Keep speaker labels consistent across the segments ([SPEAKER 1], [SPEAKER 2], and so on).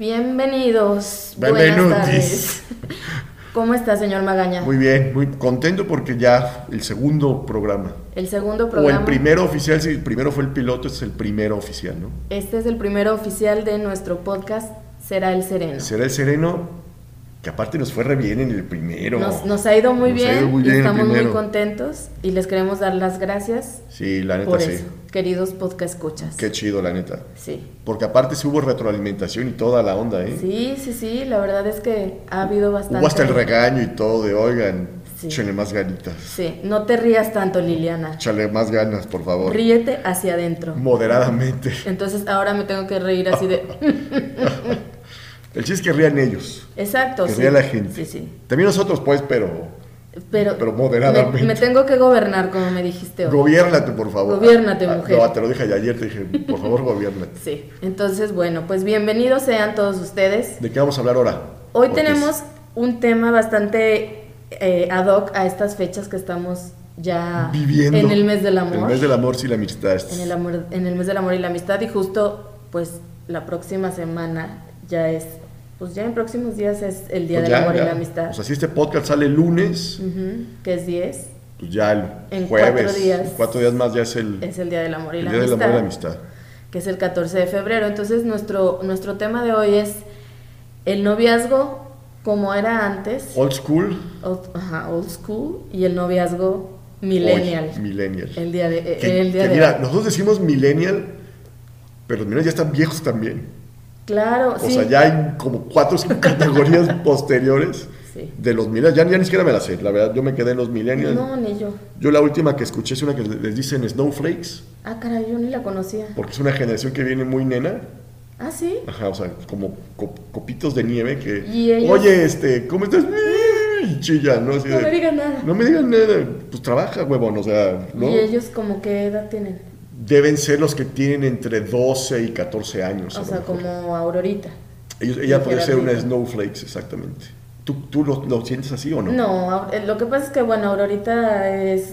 [SPEAKER 1] Bienvenidos.
[SPEAKER 2] Benvenutis.
[SPEAKER 1] Buenas tardes. ¿Cómo está, señor Magaña?
[SPEAKER 2] Muy bien, muy contento porque ya el segundo programa.
[SPEAKER 1] El segundo
[SPEAKER 2] O
[SPEAKER 1] programa.
[SPEAKER 2] el primero oficial, si el primero fue el piloto, este es el primero oficial, ¿no?
[SPEAKER 1] Este es el primero oficial de nuestro podcast, Será el Sereno.
[SPEAKER 2] Será el sereno, que aparte nos fue re bien en el primero.
[SPEAKER 1] Nos, nos ha ido muy
[SPEAKER 2] Nos ha
[SPEAKER 1] bien,
[SPEAKER 2] ido muy
[SPEAKER 1] y
[SPEAKER 2] bien el
[SPEAKER 1] estamos muy
[SPEAKER 2] primero.
[SPEAKER 1] contentos y les queremos dar las gracias
[SPEAKER 2] Sí, la neta
[SPEAKER 1] por
[SPEAKER 2] sí.
[SPEAKER 1] eso, queridos podcast escuchas.
[SPEAKER 2] Qué chido, la neta.
[SPEAKER 1] Sí.
[SPEAKER 2] Porque aparte sí hubo retroalimentación y toda la onda, ¿eh?
[SPEAKER 1] Sí, sí, sí, la verdad es que ha habido bastante.
[SPEAKER 2] hubo hasta el regaño y todo de, oigan,
[SPEAKER 1] Sí.
[SPEAKER 2] échenle más ganitas.
[SPEAKER 1] Sí, no te rías tanto, Liliana.
[SPEAKER 2] Échale más ganas, por favor.
[SPEAKER 1] Ríete hacia adentro.
[SPEAKER 2] Moderadamente.
[SPEAKER 1] Entonces ahora me tengo que reír así de.
[SPEAKER 2] El chiste es que rían ellos.
[SPEAKER 1] Exacto.
[SPEAKER 2] que
[SPEAKER 1] sí.
[SPEAKER 2] ría la gente.
[SPEAKER 1] Sí, sí.
[SPEAKER 2] También nosotros, pues, pero
[SPEAKER 1] Pero,
[SPEAKER 2] Pero moderadamente.
[SPEAKER 1] Me, me tengo que gobernar, como me dijiste hoy.
[SPEAKER 2] Gobiérnate, por favor.
[SPEAKER 1] Gobiérnate,
[SPEAKER 2] Ah,
[SPEAKER 1] mujer.
[SPEAKER 2] No, te lo dije ya ayer, te dije, por favor, gobiérnate.
[SPEAKER 1] sí. Entonces, bueno, pues bienvenidos sean todos ustedes.
[SPEAKER 2] ¿De qué vamos a hablar ahora?
[SPEAKER 1] Hoy
[SPEAKER 2] Ortiz?
[SPEAKER 1] tenemos un tema bastante eh, ad hoc a estas fechas que estamos ya
[SPEAKER 2] Viviendo.
[SPEAKER 1] en el mes del amor.
[SPEAKER 2] El mes del amor, sí, la amistad.
[SPEAKER 1] En el amor- en el mes del amor y la amistad. Y justo, pues, la próxima semana ya es. Pues ya en próximos días es el Día
[SPEAKER 2] Pues
[SPEAKER 1] del
[SPEAKER 2] ya,
[SPEAKER 1] Amor y
[SPEAKER 2] ya.
[SPEAKER 1] la Amistad.
[SPEAKER 2] O sea, si este podcast sale el lunes,
[SPEAKER 1] Ujú, que es 10.
[SPEAKER 2] pues ya el
[SPEAKER 1] En
[SPEAKER 2] jueves.
[SPEAKER 1] cuatro días.
[SPEAKER 2] cuatro días más ya es el,
[SPEAKER 1] Es el Día del Amor y
[SPEAKER 2] el
[SPEAKER 1] la
[SPEAKER 2] Día del
[SPEAKER 1] Amistad.
[SPEAKER 2] Amor y la Amistad.
[SPEAKER 1] que es el 14 de febrero. Entonces nuestro, nuestro tema de hoy es el noviazgo como era antes,
[SPEAKER 2] Old school.
[SPEAKER 1] old, ajá, old school, y el noviazgo millennial.
[SPEAKER 2] hoy, millennial.
[SPEAKER 1] El día de, eh,
[SPEAKER 2] que,
[SPEAKER 1] el día
[SPEAKER 2] que
[SPEAKER 1] de
[SPEAKER 2] mira,
[SPEAKER 1] hoy.
[SPEAKER 2] nosotros decimos millennial, pero los millennials ya están viejos también.
[SPEAKER 1] Claro,
[SPEAKER 2] O
[SPEAKER 1] sí.
[SPEAKER 2] sea, ya hay como cuatro o cinco categorías posteriores
[SPEAKER 1] Sí.
[SPEAKER 2] de los millennials. Ya, ya ni siquiera me la sé, la verdad, yo me quedé en los millennials.
[SPEAKER 1] No, ni yo.
[SPEAKER 2] Yo la última que escuché es una que les dicen Snowflakes,
[SPEAKER 1] Ah, caray, yo ni la conocía.
[SPEAKER 2] porque es una generación que viene muy nena,
[SPEAKER 1] Ah, sí.
[SPEAKER 2] ajá, o sea, como co- copitos de nieve que,
[SPEAKER 1] Y ellos-
[SPEAKER 2] oye, este, ¿cómo estás? Y chillan, ¿no? eh, Así
[SPEAKER 1] No
[SPEAKER 2] de,
[SPEAKER 1] me digan nada.
[SPEAKER 2] "No me digan nada, pues trabaja, huevón, o sea, ¿no?
[SPEAKER 1] ¿Y ellos como qué edad tienen?
[SPEAKER 2] Deben ser los que tienen entre 12 y 14 años. a
[SPEAKER 1] O
[SPEAKER 2] lo
[SPEAKER 1] sea,
[SPEAKER 2] mejor.
[SPEAKER 1] como Aurorita.
[SPEAKER 2] Ellos- ella
[SPEAKER 1] de
[SPEAKER 2] puede ser una
[SPEAKER 1] Gerardito.
[SPEAKER 2] Snowflakes, exactamente. ¿Tú, tú lo, lo sientes así o no?
[SPEAKER 1] No, au- eh, lo que pasa es que, bueno, Aurorita es,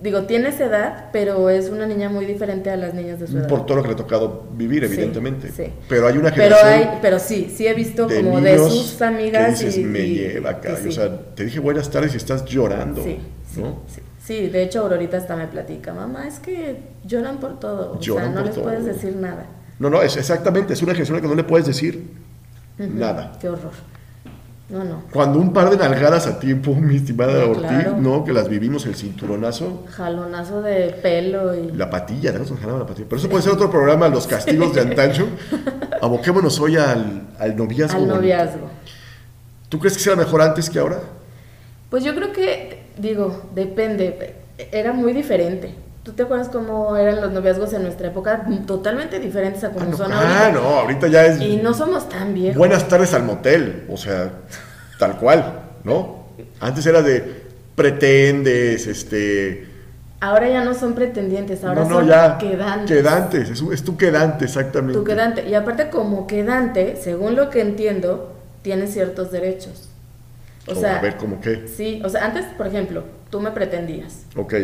[SPEAKER 1] digo, tiene esa edad, pero es una niña muy diferente a las niñas de su edad.
[SPEAKER 2] Mm, Por todo lo que le ha tocado vivir,
[SPEAKER 1] Sí,
[SPEAKER 2] evidentemente.
[SPEAKER 1] sí.
[SPEAKER 2] Pero hay una
[SPEAKER 1] Pero
[SPEAKER 2] generación...
[SPEAKER 1] hay, pero sí, sí he visto
[SPEAKER 2] de
[SPEAKER 1] como de
[SPEAKER 2] niños
[SPEAKER 1] sus amigas
[SPEAKER 2] que dices,
[SPEAKER 1] y,
[SPEAKER 2] me
[SPEAKER 1] y-
[SPEAKER 2] lleva,
[SPEAKER 1] y
[SPEAKER 2] caray".
[SPEAKER 1] sí.
[SPEAKER 2] O sea, te dije buenas tardes y estás llorando.
[SPEAKER 1] Sí, sí,
[SPEAKER 2] ¿no?
[SPEAKER 1] sí. Sí, de hecho Aurorita hasta me platica, mamá, es que lloran por todo, o
[SPEAKER 2] Lloran
[SPEAKER 1] sea, no
[SPEAKER 2] por
[SPEAKER 1] les
[SPEAKER 2] todo.
[SPEAKER 1] puedes decir nada.
[SPEAKER 2] no, no, es exactamente, es una generación a la que no le puedes decir
[SPEAKER 1] Ujú,
[SPEAKER 2] nada.
[SPEAKER 1] Qué horror. No, no,
[SPEAKER 2] Cuando un par de nalgadas a tiempo, mi estimada
[SPEAKER 1] No,
[SPEAKER 2] Ortiz,
[SPEAKER 1] claro.
[SPEAKER 2] ¿no? Que las vivimos el cinturonazo,
[SPEAKER 1] jalonazo de pelo y...
[SPEAKER 2] la patilla, ¿te acuerdas cuando jalaban la patilla? Pero eso puede ser otro programa, los castigos de antancho. Aboquémonos hoy al, al noviazgo.
[SPEAKER 1] al
[SPEAKER 2] bonito.
[SPEAKER 1] noviazgo.
[SPEAKER 2] ¿Tú crees que sea mejor antes que ahora?
[SPEAKER 1] Pues yo creo que, digo, depende, era muy diferente. ¿Tú te acuerdas cómo eran los noviazgos en nuestra época? Totalmente diferentes a como
[SPEAKER 2] ah, no,
[SPEAKER 1] son
[SPEAKER 2] ah,
[SPEAKER 1] Pues ahorita.
[SPEAKER 2] no, ahorita ya es
[SPEAKER 1] Y no somos tan viejos.
[SPEAKER 2] Buenas tardes al motel, o sea, tal cual, ¿no? Antes era de pretendes, este...
[SPEAKER 1] Ahora ya no son pretendientes, Pues ahora
[SPEAKER 2] no, no,
[SPEAKER 1] son
[SPEAKER 2] ya.
[SPEAKER 1] quedantes.
[SPEAKER 2] Quedantes, es, un- es tu quedante, exactamente.
[SPEAKER 1] Tu quedante. Y aparte, como quedante, según lo que entiendo, tienes ciertos derechos. O sea,
[SPEAKER 2] a ver, ¿cómo qué?
[SPEAKER 1] sí, o sea, antes, por ejemplo, tú me pretendías.
[SPEAKER 2] Ok.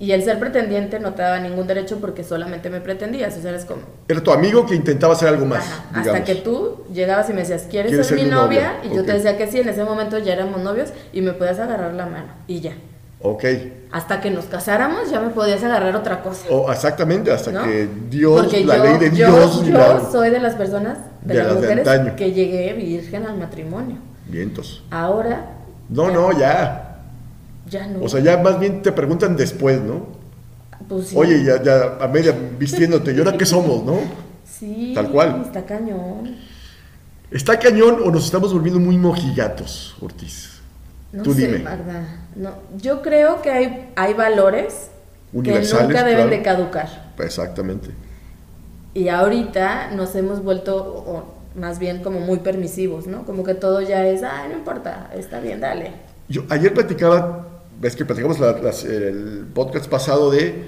[SPEAKER 1] Y el ser pretendiente no te daba ningún derecho porque solamente me pretendías. O sea, eres como.
[SPEAKER 2] Era tu amigo que intentaba hacer algo más,
[SPEAKER 1] ajá,
[SPEAKER 2] digamos.
[SPEAKER 1] hasta que tú llegabas y me decías, ¿quieres,
[SPEAKER 2] ¿Quieres
[SPEAKER 1] ser,
[SPEAKER 2] ser
[SPEAKER 1] mi
[SPEAKER 2] mi
[SPEAKER 1] novia?
[SPEAKER 2] novia?
[SPEAKER 1] Y yo
[SPEAKER 2] Ok.
[SPEAKER 1] te decía que sí, en ese momento ya éramos novios y me podías agarrar la mano. Y ya.
[SPEAKER 2] Ok.
[SPEAKER 1] Hasta que nos casáramos ya me podías agarrar otra cosa.
[SPEAKER 2] O exactamente, hasta
[SPEAKER 1] ¿no?
[SPEAKER 2] que Dios,
[SPEAKER 1] Porque
[SPEAKER 2] la
[SPEAKER 1] yo-
[SPEAKER 2] ley de
[SPEAKER 1] yo-
[SPEAKER 2] Dios... y
[SPEAKER 1] Yo,
[SPEAKER 2] la-
[SPEAKER 1] soy de las personas, de,
[SPEAKER 2] de
[SPEAKER 1] las,
[SPEAKER 2] las de
[SPEAKER 1] mujeres,
[SPEAKER 2] antaño.
[SPEAKER 1] que llegué virgen al matrimonio.
[SPEAKER 2] Vientos.
[SPEAKER 1] Ahora.
[SPEAKER 2] No,
[SPEAKER 1] ya-
[SPEAKER 2] no, ya.
[SPEAKER 1] Ya no.
[SPEAKER 2] O sea, ya más bien te preguntan después, ¿no?
[SPEAKER 1] Pues sí.
[SPEAKER 2] Oye, ya, ya, a media vistiéndote, ¿y ahora qué somos, no?
[SPEAKER 1] Sí,
[SPEAKER 2] tal cual.
[SPEAKER 1] Está cañón.
[SPEAKER 2] ¿Está cañón o nos estamos volviendo muy mojigatos, Ortiz?
[SPEAKER 1] No
[SPEAKER 2] Tú
[SPEAKER 1] sé,
[SPEAKER 2] dime.
[SPEAKER 1] Magda. No, yo creo que hay, hay valores que
[SPEAKER 2] Universales,
[SPEAKER 1] nunca deben
[SPEAKER 2] claro.
[SPEAKER 1] de caducar.
[SPEAKER 2] Exactamente.
[SPEAKER 1] Y ahorita nos hemos vuelto, o- o más bien como muy permisivos, ¿no? Como que todo ya es, ah, no importa, está bien, dale.
[SPEAKER 2] Yo ayer platicaba, ves que platicamos la- las- el podcast pasado de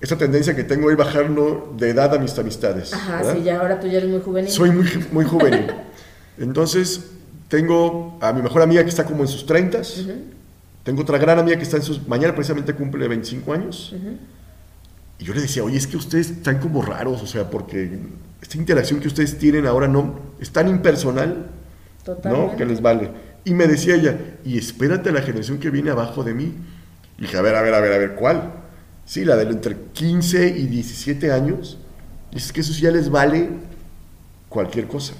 [SPEAKER 2] esta tendencia que tengo de bajarlo de edad a mis amistades.
[SPEAKER 1] Ajá,
[SPEAKER 2] ¿verdad?
[SPEAKER 1] sí, ya ahora tú ya eres muy juvenil.
[SPEAKER 2] Soy muy, ju- muy juvenil. Entonces, tengo a mi mejor amiga que está como en sus 30s. Tengo otra gran amiga que está en sus... Mañana precisamente cumple 25 años.
[SPEAKER 1] Ujú.
[SPEAKER 2] Y yo le decía, oye, es que ustedes están como raros, o sea, porque esta interacción que ustedes tienen ahora no es tan impersonal,
[SPEAKER 1] Totalmente.
[SPEAKER 2] ¿no? Que les vale. Y me decía ella, y espérate a la generación que viene abajo de mí. Y dije, a ver, a ver, a ver, a ver, ¿cuál? Sí, la de entre 15 y 17 años. Y es que eso sí ya les vale cualquier cosa.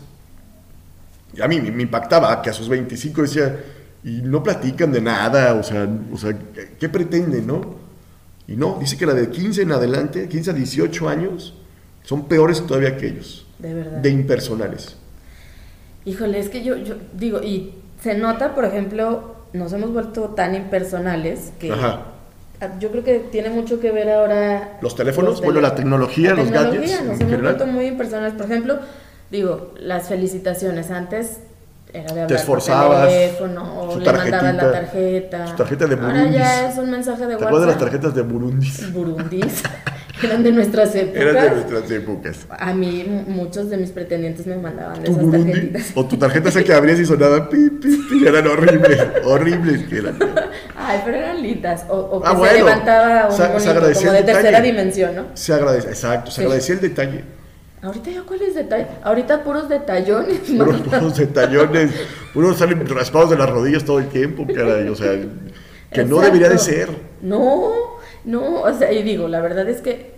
[SPEAKER 2] Y a mí me, me impactaba que a sus 25 decía, y no platican de nada, o sea, o sea ¿qué, qué pretenden, no? Y no, dice que la de 15 en adelante, 15 a 18 años, son peores todavía que ellos,
[SPEAKER 1] De verdad.
[SPEAKER 2] de impersonales.
[SPEAKER 1] Híjole, es que yo, yo digo, y se nota, por ejemplo, nos hemos vuelto tan impersonales que
[SPEAKER 2] Ajá.
[SPEAKER 1] Ah, yo creo que tiene mucho que ver ahora...
[SPEAKER 2] Los teléfonos,
[SPEAKER 1] los
[SPEAKER 2] bueno, la tecnología, los
[SPEAKER 1] tecnología,
[SPEAKER 2] gadgets en
[SPEAKER 1] Nos hemos
[SPEAKER 2] general.
[SPEAKER 1] vuelto muy impersonales. Por ejemplo, digo, las felicitaciones. Antes era de hablar
[SPEAKER 2] Te
[SPEAKER 1] por
[SPEAKER 2] esforzabas,
[SPEAKER 1] teléfono, o
[SPEAKER 2] su
[SPEAKER 1] le mandabas la
[SPEAKER 2] tarjetita,
[SPEAKER 1] tarjeta.
[SPEAKER 2] su tarjeta de
[SPEAKER 1] Ahora
[SPEAKER 2] Burundis.
[SPEAKER 1] ya es un mensaje de
[SPEAKER 2] ¿Te
[SPEAKER 1] WhatsApp.
[SPEAKER 2] acuerdas de las tarjetas de Burundi?
[SPEAKER 1] Burundis. Eran de nuestras épocas.
[SPEAKER 2] Eran de nuestras épocas.
[SPEAKER 1] A mí, m- muchos de mis pretendientes me mandaban
[SPEAKER 2] ¿Tu
[SPEAKER 1] esas
[SPEAKER 2] Burundi?
[SPEAKER 1] tarjetitas.
[SPEAKER 2] O tu tarjeta esa que abrías y sonaba pi, pi, pi, eran horribles, horribles que eran.
[SPEAKER 1] Ay, pero eran lindas. O, o que
[SPEAKER 2] Ah,
[SPEAKER 1] se
[SPEAKER 2] bueno.
[SPEAKER 1] levantaba un
[SPEAKER 2] Se- se
[SPEAKER 1] bonito,
[SPEAKER 2] agradecía
[SPEAKER 1] como
[SPEAKER 2] el
[SPEAKER 1] de
[SPEAKER 2] detalle.
[SPEAKER 1] tercera dimensión, ¿no?
[SPEAKER 2] Se agradece, exacto, se
[SPEAKER 1] Sí.
[SPEAKER 2] agradecía el detalle.
[SPEAKER 1] Ahorita ya cuáles detalles. Ahorita puros detallones. ¿no?
[SPEAKER 2] Unos, unos detallones, unos salen raspados de las rodillas todo el tiempo, caray, o sea, que no
[SPEAKER 1] Exacto.
[SPEAKER 2] debería de ser.
[SPEAKER 1] No, no, o sea, y digo, la verdad es que,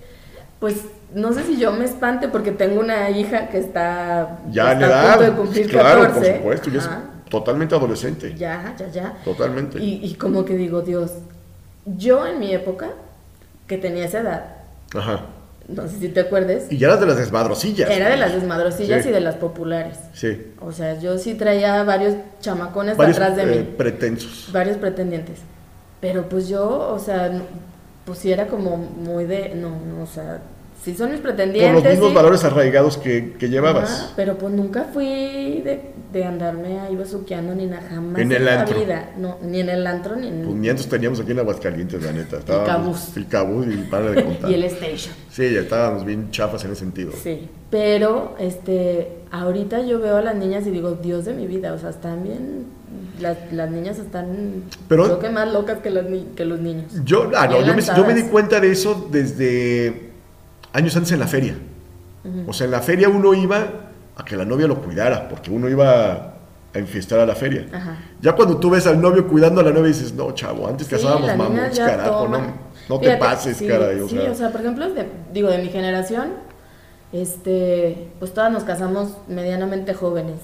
[SPEAKER 1] pues, no sé si yo me espante porque tengo una hija que está,
[SPEAKER 2] Ya en
[SPEAKER 1] está
[SPEAKER 2] edad,
[SPEAKER 1] a punto de cumplir
[SPEAKER 2] claro,
[SPEAKER 1] 14.
[SPEAKER 2] por supuesto, ya
[SPEAKER 1] Ajá.
[SPEAKER 2] es totalmente adolescente,
[SPEAKER 1] ya, ya, ya.
[SPEAKER 2] totalmente.
[SPEAKER 1] Y, y como que digo, Dios, yo en mi época, que tenía esa edad,
[SPEAKER 2] Ajá.
[SPEAKER 1] no sé si te acuerdes,
[SPEAKER 2] Y ya las de las desmadrosillas.
[SPEAKER 1] era de las desmadrosillas
[SPEAKER 2] Sí.
[SPEAKER 1] y de las populares.
[SPEAKER 2] Sí,
[SPEAKER 1] O sea, yo sí traía varios chamacones
[SPEAKER 2] varios
[SPEAKER 1] atrás de
[SPEAKER 2] eh,
[SPEAKER 1] mí.
[SPEAKER 2] pretensos.
[SPEAKER 1] varios pretendientes. Pero pues yo, o sea, n- pues sí era como muy de, no, no, o sea, sí son mis pretendientes.
[SPEAKER 2] Con los mismos
[SPEAKER 1] sí.
[SPEAKER 2] valores arraigados que, que llevabas.
[SPEAKER 1] Ajá, pero pues nunca fui de, de andarme ahí besuqueando ni nada, jamás
[SPEAKER 2] En el
[SPEAKER 1] la
[SPEAKER 2] antro.
[SPEAKER 1] vida. No, ni en el antro, ni en
[SPEAKER 2] Pues ni antes teníamos aquí en Aguascalientes, la neta. Estábamos-
[SPEAKER 1] cabús.
[SPEAKER 2] El cabús y para de contar.
[SPEAKER 1] y el station.
[SPEAKER 2] Sí, ya estábamos bien chafas en ese sentido.
[SPEAKER 1] Sí. Pero, este, ahorita yo veo a las niñas y digo, Dios de mi vida, o sea, están bien, las, las niñas están,
[SPEAKER 2] Pero-
[SPEAKER 1] creo que más locas que, las ni- que los niños.
[SPEAKER 2] Yo, ah, no,
[SPEAKER 1] Bien
[SPEAKER 2] yo, me, yo me di
[SPEAKER 1] lanzadas.
[SPEAKER 2] cuenta de eso desde años antes en la feria. O sea, en la feria uno iba a que la novia lo cuidara, porque uno iba a enfiestar a la feria.
[SPEAKER 1] Ajá.
[SPEAKER 2] Ya cuando tú ves al novio cuidando a la novia dices, no, chavo, antes
[SPEAKER 1] Sí,
[SPEAKER 2] casábamos
[SPEAKER 1] las niñas
[SPEAKER 2] mamones,
[SPEAKER 1] ya
[SPEAKER 2] carajo, no,
[SPEAKER 1] toman.
[SPEAKER 2] no te
[SPEAKER 1] Fíjate,
[SPEAKER 2] pases,
[SPEAKER 1] sí,
[SPEAKER 2] caray. O
[SPEAKER 1] sí,
[SPEAKER 2] sea,
[SPEAKER 1] o sea, por ejemplo, de- digo, de mi generación, este, pues todas nos casamos medianamente jóvenes,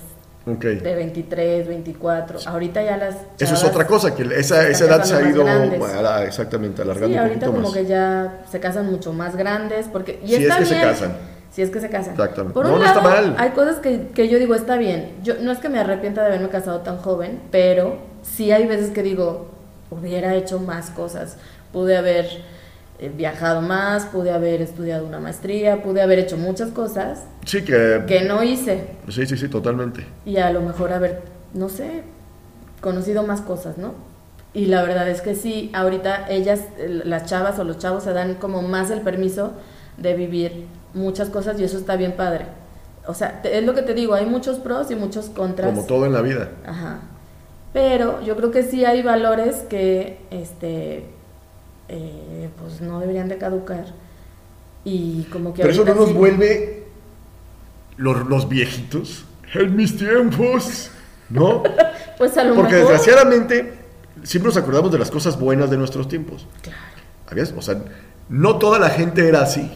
[SPEAKER 2] ok.
[SPEAKER 1] de 23, 24. Ahorita ya las.
[SPEAKER 2] Eso es
[SPEAKER 1] chavas-
[SPEAKER 2] otra cosa, que esa, esa
[SPEAKER 1] están
[SPEAKER 2] edad se ha
[SPEAKER 1] casando más
[SPEAKER 2] ido
[SPEAKER 1] grandes.
[SPEAKER 2] ah, exactamente alargando
[SPEAKER 1] Sí,
[SPEAKER 2] un
[SPEAKER 1] ahorita
[SPEAKER 2] poquito
[SPEAKER 1] como
[SPEAKER 2] más.
[SPEAKER 1] que ya se casan mucho más grandes, porque. Y
[SPEAKER 2] Si es
[SPEAKER 1] está
[SPEAKER 2] que se
[SPEAKER 1] bien,
[SPEAKER 2] casan.
[SPEAKER 1] Si es que se casan.
[SPEAKER 2] Exactamente.
[SPEAKER 1] Por
[SPEAKER 2] No,
[SPEAKER 1] un
[SPEAKER 2] no está
[SPEAKER 1] lado,
[SPEAKER 2] mal.
[SPEAKER 1] Hay cosas que, que yo digo, está bien. Yo, no es que me arrepienta de haberme casado tan joven, pero sí hay veces que digo, hubiera hecho más cosas. Pude haber eh, viajado más, pude haber estudiado una maestría, pude haber hecho muchas cosas
[SPEAKER 2] Sí, que,
[SPEAKER 1] que no hice.
[SPEAKER 2] Sí, sí, sí, totalmente.
[SPEAKER 1] Y a lo mejor haber, no sé, conocido más cosas, ¿no? Y la verdad es que sí, ahorita ellas, el- las chavas o los chavos se dan como más el permiso de vivir muchas cosas y eso está bien padre. O sea, te- es lo que te digo, hay muchos pros y muchos contras.
[SPEAKER 2] Como todo en la vida.
[SPEAKER 1] Ajá. Pero yo creo que sí hay valores que, este, eh, pues no deberían de caducar. Y como que...
[SPEAKER 2] Pero eso no
[SPEAKER 1] ahorita
[SPEAKER 2] nos
[SPEAKER 1] sí-
[SPEAKER 2] vuelve los, los viejitos. En mis tiempos, ¿no?
[SPEAKER 1] Pues a lo
[SPEAKER 2] Porque
[SPEAKER 1] mejor...
[SPEAKER 2] desgraciadamente siempre nos acordamos de las cosas buenas de nuestros tiempos.
[SPEAKER 1] Claro.
[SPEAKER 2] ¿Sabías? O sea, no toda la gente era así.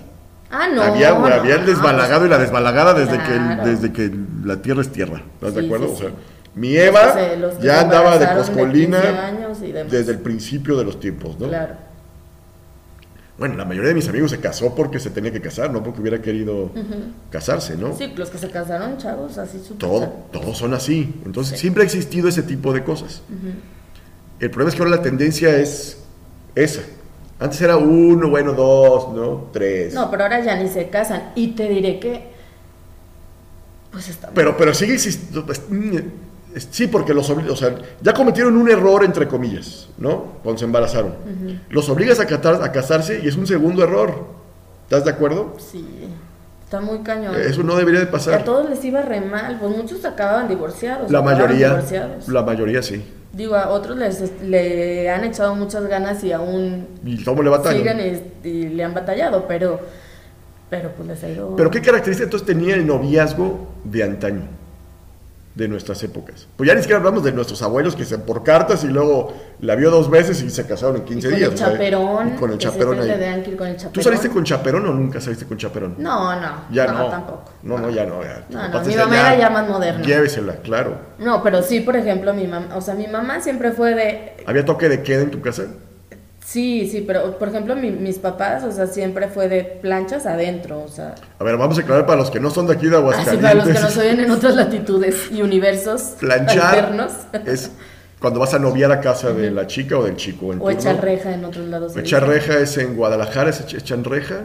[SPEAKER 1] Ah, no.
[SPEAKER 2] había,
[SPEAKER 1] no,
[SPEAKER 2] había el
[SPEAKER 1] no,
[SPEAKER 2] desbalagado y la desbalagada desde,
[SPEAKER 1] Claro.
[SPEAKER 2] que, desde que la tierra es tierra. ¿Estás
[SPEAKER 1] Sí,
[SPEAKER 2] de acuerdo?
[SPEAKER 1] sí,
[SPEAKER 2] O sea,
[SPEAKER 1] sí.
[SPEAKER 2] mi Eva
[SPEAKER 1] Los que se- los que
[SPEAKER 2] ya
[SPEAKER 1] se
[SPEAKER 2] andaba de
[SPEAKER 1] embarazaron
[SPEAKER 2] coscolina
[SPEAKER 1] 15 años y demás.
[SPEAKER 2] desde el principio de los tiempos, ¿no?
[SPEAKER 1] Claro.
[SPEAKER 2] Bueno, la mayoría de mis amigos se casó porque se tenía que casar, no porque hubiera querido casarse, ¿no?
[SPEAKER 1] Sí, los que se casaron, chavos, así su
[SPEAKER 2] Todo, todos son así. Entonces
[SPEAKER 1] Sí.
[SPEAKER 2] siempre ha existido ese tipo de cosas. El problema es que ahora la tendencia es esa. Antes era uno, bueno, dos, ¿no? Tres.
[SPEAKER 1] No, pero ahora ya ni se casan. Y te diré que. Pues está.
[SPEAKER 2] Pero, pero sigue existiendo. Sí, porque los obli- o sea, ya cometieron un error, entre comillas, ¿no? Cuando se embarazaron. Los obligas a, catar- a casarse y es un segundo error. ¿Estás de acuerdo?
[SPEAKER 1] Sí. Está muy cañón.
[SPEAKER 2] Eso no debería de
[SPEAKER 1] Y a
[SPEAKER 2] pasar.
[SPEAKER 1] todos les iba re mal. Pues muchos acababan divorciados.
[SPEAKER 2] La
[SPEAKER 1] acababan
[SPEAKER 2] mayoría,
[SPEAKER 1] divorciados.
[SPEAKER 2] la mayoría sí.
[SPEAKER 1] Digo, a otros les, le han echado muchas ganas y aún
[SPEAKER 2] Y cómo le batallan.
[SPEAKER 1] siguen y, y le han batallado, pero, pero pues les ha ido...
[SPEAKER 2] Pero ¿qué características entonces tenía el noviazgo de antaño? De nuestras épocas. Pues ya ni siquiera hablamos de nuestros abuelos que se por cartas y luego la vio dos veces y se casaron en 15
[SPEAKER 1] Y con
[SPEAKER 2] días.
[SPEAKER 1] El
[SPEAKER 2] o sea,
[SPEAKER 1] chaperón,
[SPEAKER 2] y con el
[SPEAKER 1] que
[SPEAKER 2] chaperón
[SPEAKER 1] siempre
[SPEAKER 2] ahí.
[SPEAKER 1] le dan que ir con el
[SPEAKER 2] ¿Tú
[SPEAKER 1] chaperón.
[SPEAKER 2] saliste con chaperón o nunca saliste con chaperón?
[SPEAKER 1] No, no.
[SPEAKER 2] Ya no.
[SPEAKER 1] tampoco.
[SPEAKER 2] No, no, ya no. ya.
[SPEAKER 1] No, no,
[SPEAKER 2] Aparte
[SPEAKER 1] mi
[SPEAKER 2] esa
[SPEAKER 1] mamá era ya más moderna.
[SPEAKER 2] Llévesela, claro.
[SPEAKER 1] No, pero sí, por ejemplo, mi mamá, o sea, mi mamá siempre fue de,
[SPEAKER 2] ¿Había toque de queda en tu casa?
[SPEAKER 1] sí, sí, pero por ejemplo, mi- mis papás, o sea, siempre fue de planchas adentro, o sea,
[SPEAKER 2] A ver, vamos a aclarar para los que no son de aquí de
[SPEAKER 1] así
[SPEAKER 2] Aguascalientes.
[SPEAKER 1] Ah, para los que nos oyen en otras latitudes y universos
[SPEAKER 2] Planchar
[SPEAKER 1] alternos,
[SPEAKER 2] es cuando vas a noviar a casa de la chica o del chico. en
[SPEAKER 1] o echar
[SPEAKER 2] turno.
[SPEAKER 1] reja en otros lados. se
[SPEAKER 2] Pues Echar
[SPEAKER 1] dice.
[SPEAKER 2] reja es en Guadalajara, es ech- echan reja.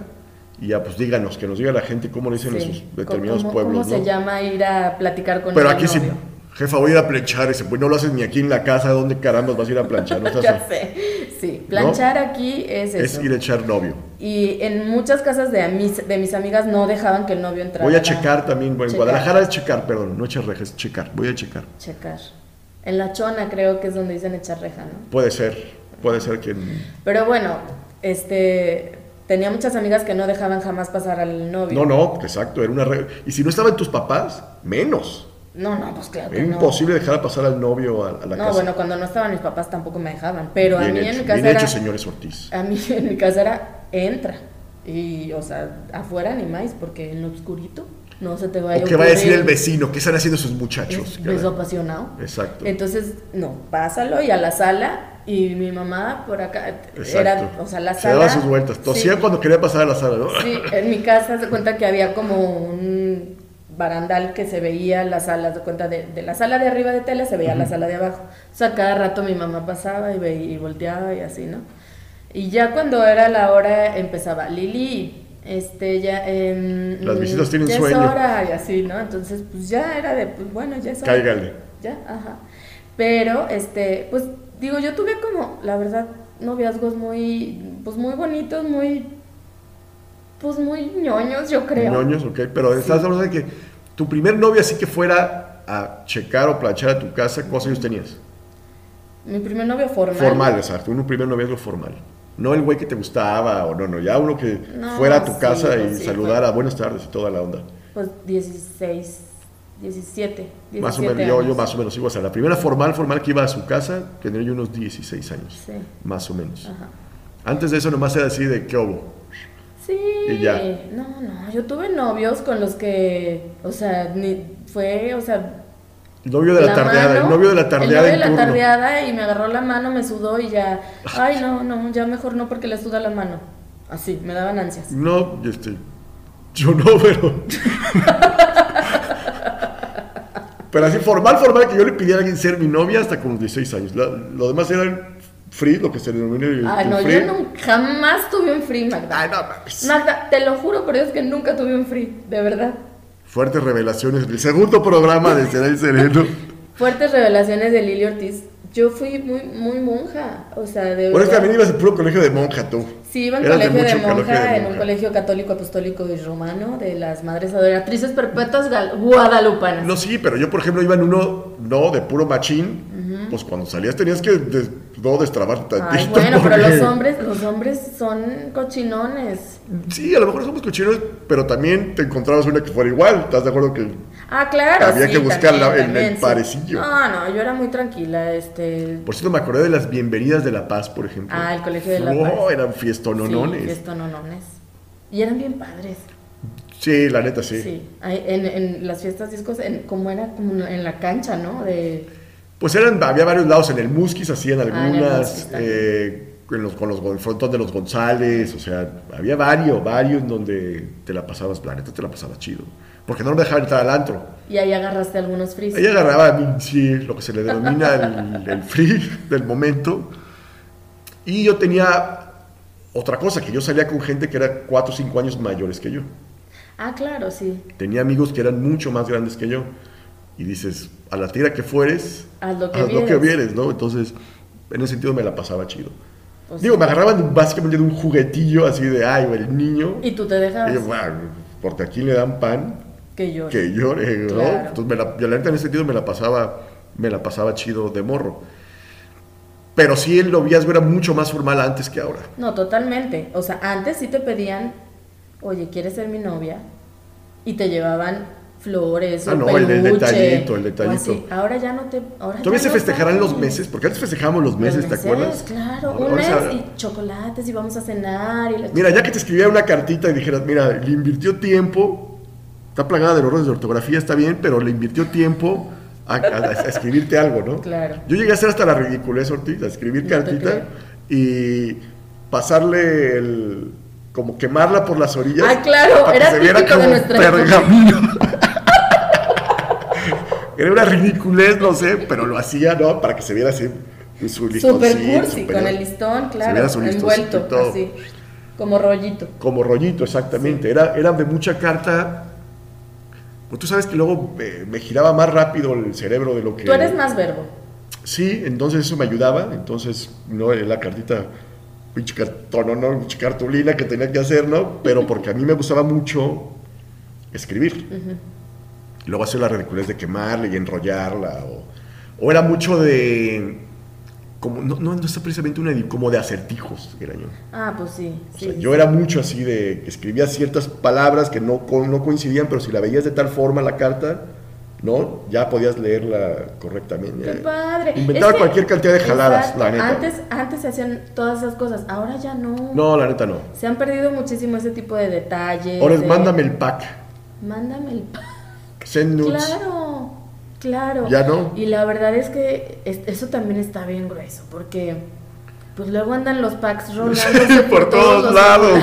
[SPEAKER 2] Y ya, pues díganos, que nos diga la gente cómo le dicen en
[SPEAKER 1] Sí.
[SPEAKER 2] sus determinados
[SPEAKER 1] ¿Cómo- ¿Cómo
[SPEAKER 2] pueblos.
[SPEAKER 1] se
[SPEAKER 2] ¿no?
[SPEAKER 1] llama ir a platicar con
[SPEAKER 2] Pero
[SPEAKER 1] el
[SPEAKER 2] aquí sí,
[SPEAKER 1] novio?
[SPEAKER 2] jefa, voy a ir a planchar. Ese, pues no lo haces ni aquí en la casa, ¿dónde caramba vas a ir a planchar? No estás-
[SPEAKER 1] ya sé. Sí, planchar aquí es
[SPEAKER 2] es
[SPEAKER 1] eso.
[SPEAKER 2] ir a echar novio.
[SPEAKER 1] Y en muchas casas de, amis- de mis amigas no dejaban que el novio entrara.
[SPEAKER 2] Voy a checar también, bueno, en
[SPEAKER 1] Checar.
[SPEAKER 2] Guadalajara es checar, perdón, no echar reja, es checar, voy a checar.
[SPEAKER 1] Checar. En la chona creo que es donde dicen echar reja, ¿no?
[SPEAKER 2] Puede ser, puede ser que... No,
[SPEAKER 1] Pero bueno, este tenía muchas amigas que no dejaban jamás pasar al novio.
[SPEAKER 2] no, exacto, era una re- Y si no estaban tus papás, menos.
[SPEAKER 1] No, no, pues claro.
[SPEAKER 2] Era
[SPEAKER 1] que no.
[SPEAKER 2] imposible dejar a pasar al novio a, a la
[SPEAKER 1] No,
[SPEAKER 2] casa.
[SPEAKER 1] bueno, cuando no estaban mis papás tampoco me dejaban, pero a
[SPEAKER 2] bien
[SPEAKER 1] mí en
[SPEAKER 2] hecho,
[SPEAKER 1] mi casa
[SPEAKER 2] bien
[SPEAKER 1] era
[SPEAKER 2] hecho, señores Ortiz.
[SPEAKER 1] a mí en mi casa era entra y o sea, afuera ni más porque en lo oscurito no se te vaya
[SPEAKER 2] ¿O qué va a decir
[SPEAKER 1] ocurrir.
[SPEAKER 2] el vecino? ¿Qué están haciendo esos muchachos?
[SPEAKER 1] Es
[SPEAKER 2] caray?
[SPEAKER 1] beso eh, apasionado.
[SPEAKER 2] Exacto.
[SPEAKER 1] Entonces, no, pásalo y a la sala. Y mi mamá por acá
[SPEAKER 2] Exacto.
[SPEAKER 1] era, o sea, la
[SPEAKER 2] Se
[SPEAKER 1] sala.
[SPEAKER 2] daba sus vueltas. Tosía
[SPEAKER 1] Sí,
[SPEAKER 2] cuando quería pasar a la sala. ¿no?
[SPEAKER 1] sí, en mi casa se cuenta que había como un barandal que se veía la sala, se cuenta de, de la sala de arriba de tele se veía la sala de abajo. O sea, cada rato mi mamá pasaba y, veía, y volteaba y así, ¿no? Y ya cuando era la hora empezaba, Lili, este, ya... em,
[SPEAKER 2] Las
[SPEAKER 1] mm,
[SPEAKER 2] visitas tienen
[SPEAKER 1] ya
[SPEAKER 2] sueño".
[SPEAKER 1] Es hora y así, ¿no? Entonces, pues ya era de, pues bueno, ya es hora.
[SPEAKER 2] Cáigale.
[SPEAKER 1] Ya, ajá. Pero, este, pues digo, yo tuve como, la verdad, noviazgos muy, pues muy bonitos, muy, pues muy ñoños, yo creo.
[SPEAKER 2] Ñoños, ok. Pero estás hablando de que tu primer novio así que fuera a checar o planchar a tu casa, ¿cuántos años tenías?
[SPEAKER 1] Mi primer novio formal.
[SPEAKER 2] Formal, exacto. Un primer noviazgo formal. No el güey que te gustaba o no, no. Ya uno que
[SPEAKER 1] No,
[SPEAKER 2] fuera a tu
[SPEAKER 1] sí,
[SPEAKER 2] casa y
[SPEAKER 1] pues sí,
[SPEAKER 2] saludara buenas tardes y toda la onda.
[SPEAKER 1] Pues 16, 17, 17
[SPEAKER 2] Más o menos, yo, yo
[SPEAKER 1] años.
[SPEAKER 2] más o menos igual. O sea, la primera formal, formal que iba a su casa, tendría yo unos 16 años.
[SPEAKER 1] Sí,
[SPEAKER 2] Más o menos.
[SPEAKER 1] ajá.
[SPEAKER 2] Antes de eso nomás era así de qué hubo.
[SPEAKER 1] Sí.
[SPEAKER 2] Y ya.
[SPEAKER 1] No, no, yo tuve novios con los que, o sea, ni, fue, o sea,
[SPEAKER 2] El novio de la, tardeada, el
[SPEAKER 1] mano,
[SPEAKER 2] novio de la tardeada
[SPEAKER 1] El novio de
[SPEAKER 2] en
[SPEAKER 1] la
[SPEAKER 2] turno.
[SPEAKER 1] tardeada y me agarró la mano, me sudó y ya, ay no, no, ya mejor no porque le suda la mano. Así, me daban ansias.
[SPEAKER 2] No, este, yo no, pero... pero así formal, formal, que yo le pidiera a alguien ser mi novia hasta con 16 años. La- lo demás eran free, lo que se denomina el,
[SPEAKER 1] Ay,
[SPEAKER 2] el
[SPEAKER 1] no,
[SPEAKER 2] free.
[SPEAKER 1] yo nunca, jamás tuve un free, Magda.
[SPEAKER 2] Ay, no mames.
[SPEAKER 1] Magda, te lo juro por Dios que nunca tuve un free, de verdad.
[SPEAKER 2] Fuertes revelaciones. El segundo programa de Será el Sereno.
[SPEAKER 1] Fuertes revelaciones de Lili Ortiz. Yo fui muy, muy monja, o sea, de verdad.
[SPEAKER 2] Bueno, es que también ibas al puro colegio de monja tú.
[SPEAKER 1] Sí, iba en
[SPEAKER 2] Eras de
[SPEAKER 1] colegio de,
[SPEAKER 2] mucho
[SPEAKER 1] monja,
[SPEAKER 2] colegio de
[SPEAKER 1] en un
[SPEAKER 2] monja.
[SPEAKER 1] colegio católico, apostólico y romano de las madres adoratrices perpetuas gal- guadalupanas.
[SPEAKER 2] No, sí, pero yo, por ejemplo, iba en uno, no, de puro machín. Pues cuando salías tenías que des, no destrabarte tantito.
[SPEAKER 1] Ay, bueno, pero
[SPEAKER 2] porque-
[SPEAKER 1] los hombres, los hombres son cochinones.
[SPEAKER 2] Sí, a lo mejor somos cochinos, pero también te encontrabas una que fuera igual. ¿Estás de acuerdo que
[SPEAKER 1] Ah, claro.
[SPEAKER 2] Había
[SPEAKER 1] sí,
[SPEAKER 2] que buscar la- el- el
[SPEAKER 1] sí.
[SPEAKER 2] parecillo.
[SPEAKER 1] No, no, yo era muy tranquila, este.
[SPEAKER 2] Por cierto, me acordé de las bienvenidas de La Paz, por ejemplo.
[SPEAKER 1] Ah, el Colegio de La
[SPEAKER 2] No,
[SPEAKER 1] Paz.
[SPEAKER 2] eran fiestononones.
[SPEAKER 1] Sí, fiestononones. Y eran bien padres.
[SPEAKER 2] Sí, la neta, sí.
[SPEAKER 1] Sí. Ay, En, en las fiestas discos, en, como era como en la cancha, ¿no? De,
[SPEAKER 2] Pues eran, había varios lados. En el Musquis hacían
[SPEAKER 1] Ah, en el Musquis
[SPEAKER 2] algunas.
[SPEAKER 1] también.
[SPEAKER 2] eh, en los, con los en frontón de los González. O sea, había varios, varios en donde te la pasabas, la neta, te la pasabas chido. Porque no me dejaban entrar al antro.
[SPEAKER 1] y ahí agarraste algunos fris.
[SPEAKER 2] Ella agarraba mm, sí, lo que se le denomina el, el free del momento. Y yo tenía otra cosa, que yo salía con gente que era 4 o 5 años mayores que yo.
[SPEAKER 1] Ah, claro, sí.
[SPEAKER 2] Tenía amigos que eran mucho más grandes que yo. Y dices, a la tira que fueres,
[SPEAKER 1] Haz lo que
[SPEAKER 2] haz lo
[SPEAKER 1] vieres.
[SPEAKER 2] que vieres, ¿no? Entonces, en ese sentido me la pasaba chido.
[SPEAKER 1] O sea,
[SPEAKER 2] Digo, me agarraban básicamente de un juguetillo así de, ay, el niño.
[SPEAKER 1] Y tú te dejabas
[SPEAKER 2] Y yo, "Bueno, porque aquí le dan pan
[SPEAKER 1] que yo.
[SPEAKER 2] que llore, ¿no?
[SPEAKER 1] Claro.
[SPEAKER 2] Entonces, me la, y la neta, en ese sentido me la pasaba, me la pasaba chido de morro. Pero sí el noviazgo era mucho más formal antes que ahora.
[SPEAKER 1] No, totalmente. O sea, antes sí te pedían, oye, ¿quieres ser mi novia? Y te llevaban flores,
[SPEAKER 2] Ah,
[SPEAKER 1] un
[SPEAKER 2] no, el- el
[SPEAKER 1] peluche,
[SPEAKER 2] detallito, el
[SPEAKER 1] o
[SPEAKER 2] detallito.
[SPEAKER 1] así. Ahora ya no te. Ahora
[SPEAKER 2] Todavía
[SPEAKER 1] ya
[SPEAKER 2] se
[SPEAKER 1] no
[SPEAKER 2] festejarán
[SPEAKER 1] tanto.
[SPEAKER 2] los meses, porque antes festejábamos los meses,
[SPEAKER 1] Los
[SPEAKER 2] ¿te acuerdas?
[SPEAKER 1] Claro,
[SPEAKER 2] Ahora-
[SPEAKER 1] un
[SPEAKER 2] ahora
[SPEAKER 1] mes
[SPEAKER 2] se habla-
[SPEAKER 1] y chocolates y vamos a cenar y la
[SPEAKER 2] Mira, ya que te escribiera una cartita y dijeras, mira, le invirtió tiempo, está plagada de errores de ortografía, está bien, pero le invirtió tiempo a, a- a escribirte algo, ¿no?
[SPEAKER 1] Claro.
[SPEAKER 2] Yo llegué a hacer hasta la ridiculez, Ortiz, a escribir
[SPEAKER 1] No te
[SPEAKER 2] cartita y pasarle el... como quemarla por las orillas.
[SPEAKER 1] Ah, claro,
[SPEAKER 2] para que
[SPEAKER 1] era
[SPEAKER 2] se viera
[SPEAKER 1] típico de
[SPEAKER 2] como
[SPEAKER 1] nuestra época.
[SPEAKER 2] pergamino. era una ridiculez, no sé, pero lo hacía, ¿no? Para que se viera así. Su
[SPEAKER 1] Super
[SPEAKER 2] listoncito,
[SPEAKER 1] cursi,
[SPEAKER 2] super-
[SPEAKER 1] con el listón, claro,
[SPEAKER 2] viera su listoncito y
[SPEAKER 1] envuelto,
[SPEAKER 2] todo.
[SPEAKER 1] así, como rollito.
[SPEAKER 2] Como rollito, exactamente. Era, era de mucha carta. Pues tú sabes que luego eh, me giraba más rápido el cerebro de lo que.
[SPEAKER 1] Tú eres más verbo.
[SPEAKER 2] Sí, entonces eso me ayudaba. Entonces, no, eh, la cartita, pinche cartón, no, pinche cartulina que tenía que hacer, ¿no? Pero porque a mí me gustaba mucho escribir. Y Luego hacer la ridiculez de quemarla y enrollarla. O, o era mucho de. Como, no, no, no está precisamente una. edi- Como de acertijos, era yo.
[SPEAKER 1] Ah, pues sí.
[SPEAKER 2] O
[SPEAKER 1] sí,
[SPEAKER 2] sea,
[SPEAKER 1] sí,
[SPEAKER 2] yo era mucho así de que escribía ciertas palabras que no, co- no coincidían, pero si la veías de tal forma la carta, ¿no? Ya podías leerla correctamente.
[SPEAKER 1] Qué padre.
[SPEAKER 2] Inventaba
[SPEAKER 1] Es que-
[SPEAKER 2] cualquier cantidad de jaladas,
[SPEAKER 1] Exacto.
[SPEAKER 2] la neta.
[SPEAKER 1] Antes, antes se hacían todas esas cosas, ahora ya no.
[SPEAKER 2] No, la neta no.
[SPEAKER 1] Se han perdido muchísimo ese tipo de detalles.
[SPEAKER 2] Ahora es
[SPEAKER 1] de-
[SPEAKER 2] mándame el pack,
[SPEAKER 1] Mándame el pa-
[SPEAKER 2] send nudes.
[SPEAKER 1] Claro, claro.
[SPEAKER 2] Ya no.
[SPEAKER 1] Y la verdad es que es- eso también está bien grueso, porque pues luego andan los packs rolando
[SPEAKER 2] por todos lados.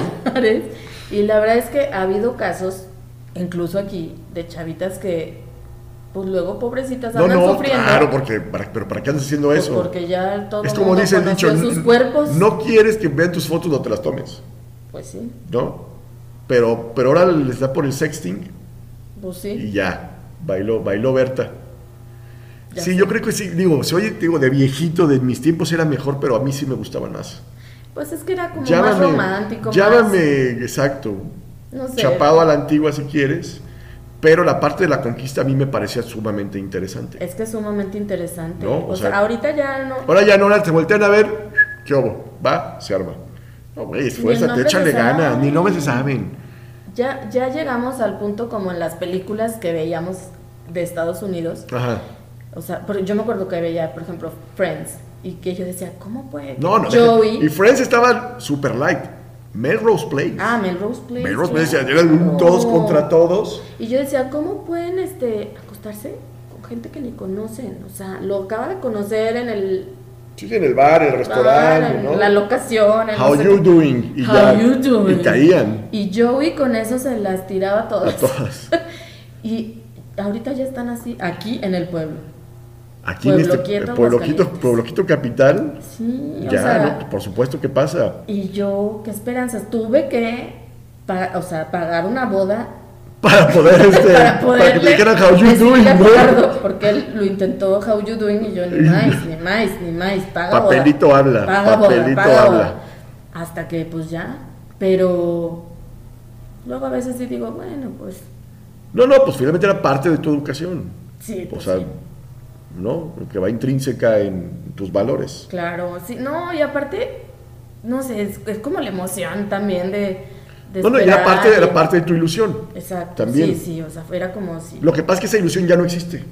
[SPEAKER 1] Y la verdad es que ha habido casos, incluso aquí, de chavitas que pues luego pobrecitas
[SPEAKER 2] No,
[SPEAKER 1] andan
[SPEAKER 2] no,
[SPEAKER 1] sufriendo.
[SPEAKER 2] claro, porque, para- pero ¿para qué andas haciendo
[SPEAKER 1] pues,
[SPEAKER 2] eso?
[SPEAKER 1] Porque ya todo
[SPEAKER 2] es
[SPEAKER 1] el
[SPEAKER 2] como
[SPEAKER 1] mundo
[SPEAKER 2] dice el
[SPEAKER 1] conoció
[SPEAKER 2] dicho,
[SPEAKER 1] sus
[SPEAKER 2] n-
[SPEAKER 1] cuerpos.
[SPEAKER 2] no quieres que vean tus fotos, no te las tomes,
[SPEAKER 1] Pues sí,
[SPEAKER 2] ¿no? Pero, pero ahora les da por el sexting
[SPEAKER 1] pues sí.
[SPEAKER 2] y ya, bailó, bailó Berta.
[SPEAKER 1] ya
[SPEAKER 2] sí,
[SPEAKER 1] sé.
[SPEAKER 2] yo creo que sí, digo, si oye, digo, de viejito, de mis tiempos era mejor, pero a mí sí me gustaban más.
[SPEAKER 1] Pues es que era como más
[SPEAKER 2] Llámame,
[SPEAKER 1] romántico.
[SPEAKER 2] llámame, exacto,
[SPEAKER 1] más- no sé.
[SPEAKER 2] chapado a la antigua si quieres, pero la parte de la conquista a mí me parecía sumamente interesante.
[SPEAKER 1] Es que es sumamente interesante.
[SPEAKER 2] No,
[SPEAKER 1] o
[SPEAKER 2] o
[SPEAKER 1] sea,
[SPEAKER 2] sea-
[SPEAKER 1] ahorita ya no.
[SPEAKER 2] Ahora ya no, ahora te voltean a ver, ¿qué obo? Va, se arma. No, güey, esfuérzate,
[SPEAKER 1] nombre
[SPEAKER 2] échale
[SPEAKER 1] se
[SPEAKER 2] ganas,
[SPEAKER 1] sabe.
[SPEAKER 2] ni nombres se saben.
[SPEAKER 1] Ya, ya llegamos al punto como en las películas que veíamos de Estados Unidos.
[SPEAKER 2] Ajá.
[SPEAKER 1] O sea, por- yo me acuerdo que veía, por ejemplo, Friends. Y que yo decía, ¿cómo puede? que
[SPEAKER 2] No, no.
[SPEAKER 1] Joey.
[SPEAKER 2] Y Friends estaba super light. Melrose Place.
[SPEAKER 1] Ah, Melrose Place.
[SPEAKER 2] Melrose
[SPEAKER 1] claro.
[SPEAKER 2] Place eran un todos contra todos.
[SPEAKER 1] Y yo decía, ¿cómo pueden este, acostarse con gente que ni conocen? O sea, lo acaba de conocer en el
[SPEAKER 2] Sí, en el bar, en el
[SPEAKER 1] bar,
[SPEAKER 2] restaurante,
[SPEAKER 1] en
[SPEAKER 2] ¿no?
[SPEAKER 1] la locación. En
[SPEAKER 2] How
[SPEAKER 1] no sé
[SPEAKER 2] you
[SPEAKER 1] qué.
[SPEAKER 2] doing? Y
[SPEAKER 1] How
[SPEAKER 2] ya,
[SPEAKER 1] you doing?
[SPEAKER 2] Y caían
[SPEAKER 1] Y Joey con eso se las tiraba
[SPEAKER 2] a
[SPEAKER 1] todas.
[SPEAKER 2] todas.
[SPEAKER 1] Y ahorita ya están así, aquí en el pueblo.
[SPEAKER 2] Aquí en este
[SPEAKER 1] Puebloquito,
[SPEAKER 2] eh, puebloquito,
[SPEAKER 1] Aguascalientes.
[SPEAKER 2] puebloquito capital,
[SPEAKER 1] Sí,
[SPEAKER 2] ya,
[SPEAKER 1] o sea,
[SPEAKER 2] ¿no? por supuesto que pasa.
[SPEAKER 1] y yo, qué esperanzas, tuve que, pa- o sea, pagar una boda
[SPEAKER 2] Para poder, este,
[SPEAKER 1] para
[SPEAKER 2] para,
[SPEAKER 1] poder
[SPEAKER 2] que te dijeran how you doing, ¿no?
[SPEAKER 1] porque él lo intentó how you doing y yo ni más, ni más, ni más, paga boda.
[SPEAKER 2] Papelito habla,
[SPEAKER 1] paga boda,
[SPEAKER 2] papelito
[SPEAKER 1] paga boda.
[SPEAKER 2] habla.
[SPEAKER 1] Hasta que pues ya, pero luego a veces sí digo, bueno, pues
[SPEAKER 2] No, no, pues finalmente era parte de tu educación.
[SPEAKER 1] sí,
[SPEAKER 2] O
[SPEAKER 1] pues,
[SPEAKER 2] sea,
[SPEAKER 1] sí.
[SPEAKER 2] ¿no? Que va intrínseca en tus valores.
[SPEAKER 1] Claro, sí, no, y aparte, no sé, es, es como la emoción también de. de
[SPEAKER 2] No, no, y
[SPEAKER 1] esperar
[SPEAKER 2] era parte,
[SPEAKER 1] y-
[SPEAKER 2] era parte de tu ilusión.
[SPEAKER 1] Exacto,
[SPEAKER 2] también.
[SPEAKER 1] Sí, sí, o sea, era como si.
[SPEAKER 2] Lo que pasa es que esa ilusión ya no existe.